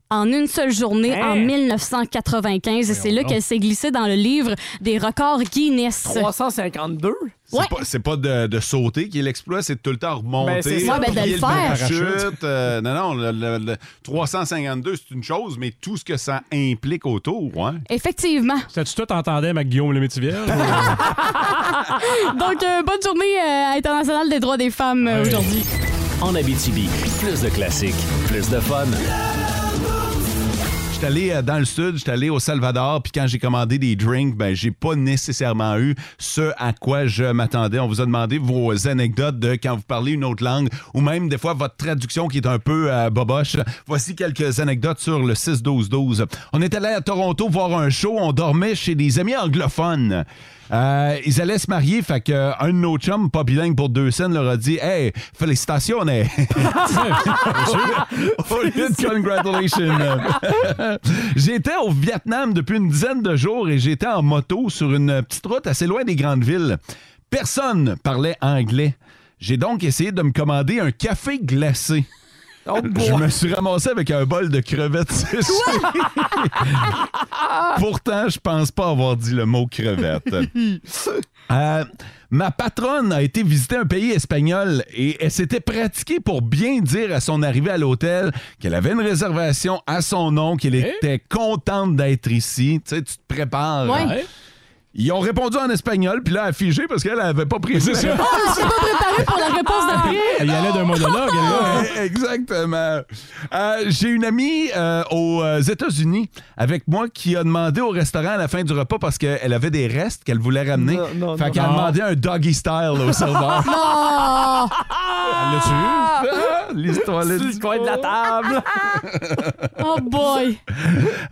en une seule journée
Hein?
en 1995. Et c'est là
donc.
qu'elle s'est glissée dans le livre des records Guinness.
352?
C'est pas, c'est pas de, de sauter qui est l'exploit, c'est de tout le temps remonter.
Ben, c'est ça, Ouais, ben, de
plier
le faire.
parachute, euh, non, non, le, le- le 352, c'est une chose, mais tout ce que ça implique autour, ouais.
Effectivement.
T'as-tu tout entendu avec Guillaume le Métivier?
Donc, euh, bonne journée euh, internationale des droits des femmes
Ah
euh, aujourd'hui.
En Abitibi, plus de classiques, plus de fun.
J'étais allé euh, dans le sud, j'étais allé au Salvador, puis quand j'ai commandé des drinks, ben j'ai pas nécessairement eu ce à quoi je m'attendais. On vous a demandé vos anecdotes de quand vous parlez une autre langue ou même des fois votre traduction qui est un peu euh, boboche. Voici quelques anecdotes sur le 6-12-12. On est allé à Toronto voir un show, on dormait chez des amis anglophones. Euh, ils allaient se marier, fait que euh, un de nos chums, pas bilingue pour deux scènes, leur a dit Hey, félicitations! eh. Au lieu de congratulations. j'étais au Vietnam depuis une dizaine de jours et j'étais en moto sur une petite route assez loin des grandes villes. Personne parlait anglais. J'ai donc essayé de me commander un café glacé. Je me suis ramassé avec un bol de crevettes séchées. Pourtant, je pense pas avoir dit le mot crevette. Euh, ma patronne a été visiter un pays espagnol et elle s'était pratiquée pour bien dire à son arrivée à l'hôtel qu'elle avait une réservation
Eh?
à son nom, qu'elle était contente d'être ici. Tu sais, tu te prépares. hein.
Ouais.
Ils ont répondu en espagnol, puis là, elle a figé parce qu'elle avait pas pris
C'est ça.
Ah, je suis pas préparée pour la réponse d'après.
Il allait d'un monologue, elle,
là. Exactement. Euh, J'ai une amie euh, aux euh, États-Unis avec moi qui a demandé au restaurant à la fin du repas parce qu'elle avait des restes qu'elle voulait ramener.
non,
fait
non.
qu'elle a
Non.
demandé un doggy style au serveur.
Non!
Elle l'a tué.
Ah, L'histoire là-
le coin de la
Ah.
table.
Oh boy!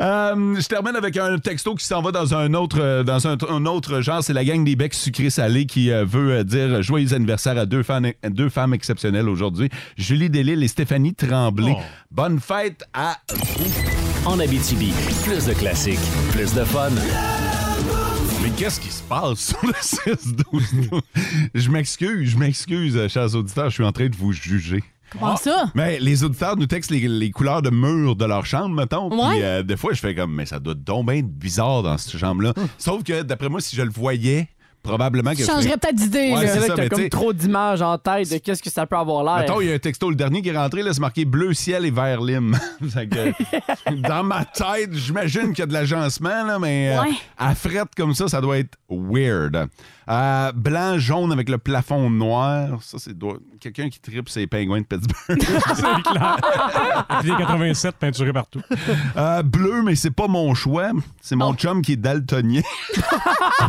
Euh, je termine avec un texto qui s'en va dans un autre, euh, dans un, un autre genre. C'est la gang des becs sucrés salés qui euh, veut euh, dire joyeux anniversaire à deux femmes, deux femmes exceptionnelles aujourd'hui. Julie Delille et Stéphanie Tremblay.
Oh.
Bonne fête à
En Abitibi, plus de classiques, plus de fun.
Mais qu'est-ce qui se passe sur le 6-12? je m'excuse, je m'excuse, euh, chers auditeurs, je suis en train de vous juger.
Ah.
Comment ça?
Mais les auditeurs nous textent les, les couleurs de murs de leur chambre, mettons. Puis
Ouais.
euh, des fois, je fais comme, mais ça doit donc bien être bizarre dans cette chambre-là.
Hmm.
Sauf que, d'après moi, si je le voyais, probablement que.
Tu
je
changerais
ferais-
peut-être d'idée,
Ouais,
là.
c'est
C'est
ça,
vrai que
mais
t'as
tu sais-
comme trop d'images en tête de qu'est-ce que ça peut avoir l'air.
Mettons, il y a un texto, le dernier qui est rentré, là, c'est marqué bleu ciel et vert lime. Fait que, dans ma tête, j'imagine qu'il y a de l'agencement, là, mais euh,
Ouais.
à frette comme ça, ça doit être weird. Euh, blanc, jaune avec le plafond noir. Ça, c'est doit- quelqu'un qui tripe ses pingouins de Pittsburgh.
C'est clair. Puis les 87 peinturés partout.
Euh, bleu, mais c'est pas mon choix. C'est mon chum qui est daltonien.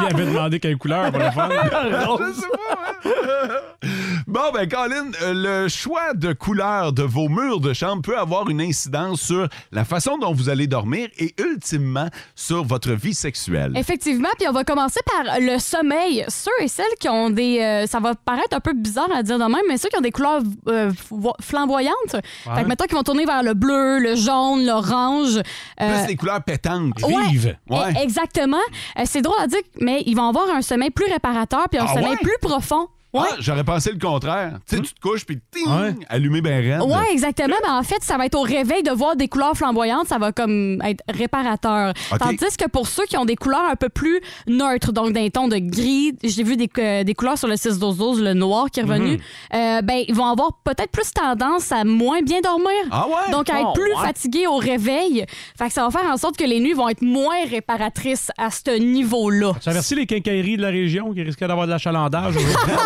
Il avait demandé quelle couleur pour le fun.
Je sais pas, ouais. Bon, ben, Colin, euh, le choix de couleur de vos murs de chambre peut avoir une incidence sur la façon dont vous allez dormir et ultimement sur votre vie sexuelle.
Effectivement, puis on va commencer par le sommeil. Ceux et celles qui ont des... euh, ça va paraître un peu bizarre à dire de même, mais ceux qui ont des couleurs euh, vo- flamboyantes, fait que maintenant qu'ils vont tourner vers le bleu, le jaune, l'orange... euh,
Plus les couleurs pétantes.
Ouais,
Ouais.
e- Exactement. Euh, c'est drôle à dire, mais ils vont avoir un sommeil plus réparateur puis un
Ah
sommeil
ouais?
plus profond. Ouais.
Ah, J'aurais pensé le contraire. Tu sais, tu te couches puis ting,
Ouais.
allumé ben raide.
Ouais, exactement. Ben, en fait, ça va être au réveil de voir des couleurs flamboyantes, ça va comme être réparateur.
OK.
Tandis que pour ceux qui ont des couleurs un peu plus neutres, donc d'un ton de gris, j'ai vu des, euh, des couleurs sur le 6-12-12, le noir qui est revenu,
Mhm.
euh, ben, ils vont avoir peut-être plus tendance à moins bien dormir.
Ah ouais?
Donc à être
Oh,
plus
ouais.
fatigués au réveil. Fait que ça va faire en sorte que les nuits vont être moins réparatrices à ce niveau-là.
Tu as versé les quincailleries de la région qui risquaient d'avoir de l'achalandage.
Ah,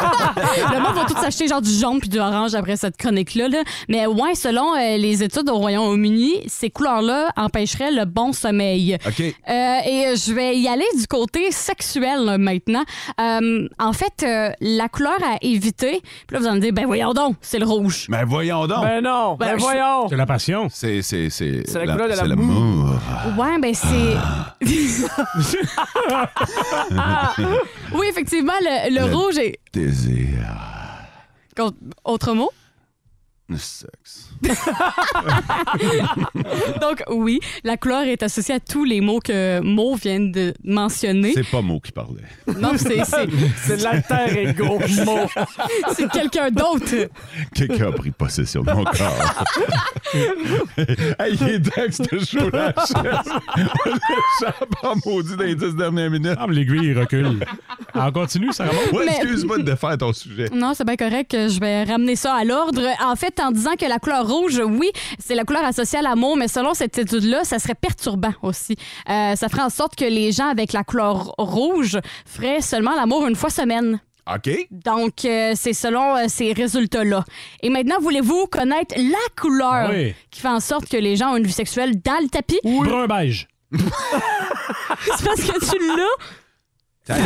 Le monde va tout s'acheter genre du jaune puis du orange après cette chronique-là. là. Mais ouais, selon euh, les études au Royaume-Uni, ces couleurs-là empêcheraient le bon sommeil.
OK.
Euh, et euh, je vais y aller du côté sexuel là, maintenant. Euh, en fait, euh, la couleur à éviter, puis là, vous allez me dire, ben voyons donc, c'est le rouge.
Mais voyons donc.
Ben non, ben,
Ben, je-
voyons.
C'est la passion.
C'est c'est- c'est
C'est la couleur de
c'est
l'amour.
l'amour.
Ouais, ben c'est. oui, effectivement, le, le
Le-
Ah, rouge est.
Désir.
Autre mot?
Le sexe.
Donc oui, la couleur est associée à tous les mots que Mo vient de mentionner.
C'est pas mot qui parlait.
Non, Oh, c'est c'est-
C'est de l'alter ego. Mo.
c'est quelqu'un d'autre.
Quelqu'un a pris possession de mon corps. hey, il est dingue, ce show-là. Chef. On l'échappe en maudit dans les dix dernières minutes.
Ah, mais l'aiguille il recule. Ah, On continue, ça remonte.
Ouais,
Mais-
excuse-moi de défaire ton sujet.
Non, c'est bien correct que je vais ramener ça à l'ordre. En fait, en disant que la couleur rouge, oui, c'est la couleur associée à l'amour, mais selon cette étude-là, ça serait perturbant aussi. Euh, ça ferait en sorte que les gens avec la couleur rouge feraient seulement l'amour une fois semaine.
OK.
Donc, euh, c'est selon euh, ces résultats-là. Et maintenant, voulez-vous connaître la couleur
Oui.
qui fait en sorte que les gens ont une vie sexuelle dans le tapis?
Brun beige.
C'est parce que tu l'as.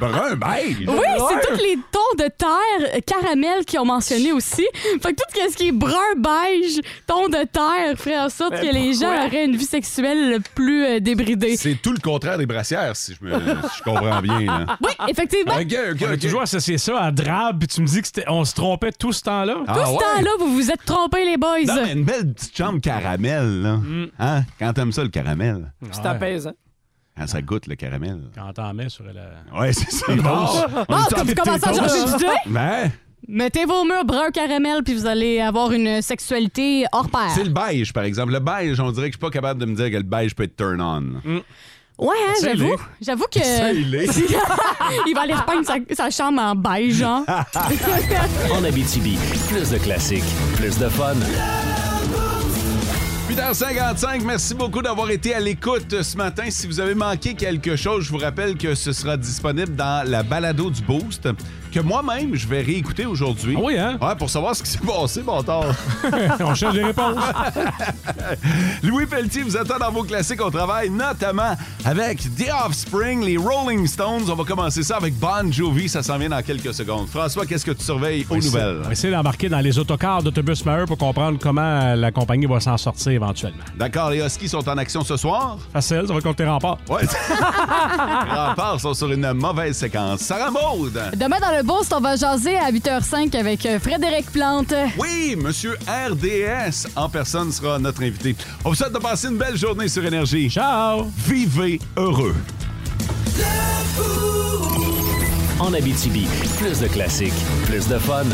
Brun beige.
Oui, c'est tous les tons de terre euh, caramel qu'ils ont mentionné aussi. Fait que tout ce qui est brun, beige, ton de terre ferait en sorte que les gens auraient une vie sexuelle plus euh, débridée.
C'est tout le contraire des brassières, si je, me, si Euh, je comprends bien. hein. là.
Oui, effectivement.
OK, OK,
On a
OK.
toujours associé ça à drabe, puis tu me dis que c'était- on se trompait tout ce temps-là.
Ah
Tout ce
ouais?
temps-là, vous vous êtes trompés, les boys. Mm.
Non, mais une belle petite chambre caramel, là. Hein? Quand t'aimes ça, le caramel.
Tu t'apaises, hein?
Quand ça goûte, le caramel.
Quand t'en mets sur la.
Ouais, c'est ça. Bon, Ben,
Bon, Ah, comme vous commencez à changer d'idée,
Mais
mettez vos murs brun caramel, puis vous allez avoir une sexualité hors pair.
c'est le beige, par exemple. Le beige, on dirait que je suis pas capable de me dire que le beige peut être turn on.
Ouais, hein,
Essaye-les.
j'avoue. J'avoue que.
Essaye-les.
Il va aller repeindre sa, sa chambre en beige, hein.
En Abitibi, plus de classiques, plus de fun.
Puis 8h55, merci beaucoup d'avoir été à l'écoute ce matin. Si vous avez manqué quelque chose, je vous rappelle que ce sera disponible dans la balado du Boost, que moi-même, je vais réécouter aujourd'hui. oui, hein? Ouais, pour savoir ce qui s'est passé, bon tard.
Ah On cherche les réponses.
Louis Pelletier vous attend dans vos classiques au travail, notamment avec The Offspring, les Rolling Stones. On va commencer ça avec Bon Jovi, ça s'en vient dans quelques secondes. François, qu'est-ce que tu surveilles aux nouvelles?
On va essayer d'embarquer dans les autocars d'autobus Maheur pour comprendre comment la compagnie va s'en sortir éventuellement.
D'accord, les Huskies sont en action ce soir?
Facile, ça va compter rempart.
Ouais. Remparts sont sur une mauvaise séquence. Sarah Maud!
Demain dans le Boost, on va jaser à 8h05 avec euh, Frédéric Plante.
Oui, Monsieur RDS en personne sera notre invité. On vous souhaite de passer une belle journée sur Énergie.
Ciao!
Vivez heureux!
En Abitibi, plus de classiques, plus de fun.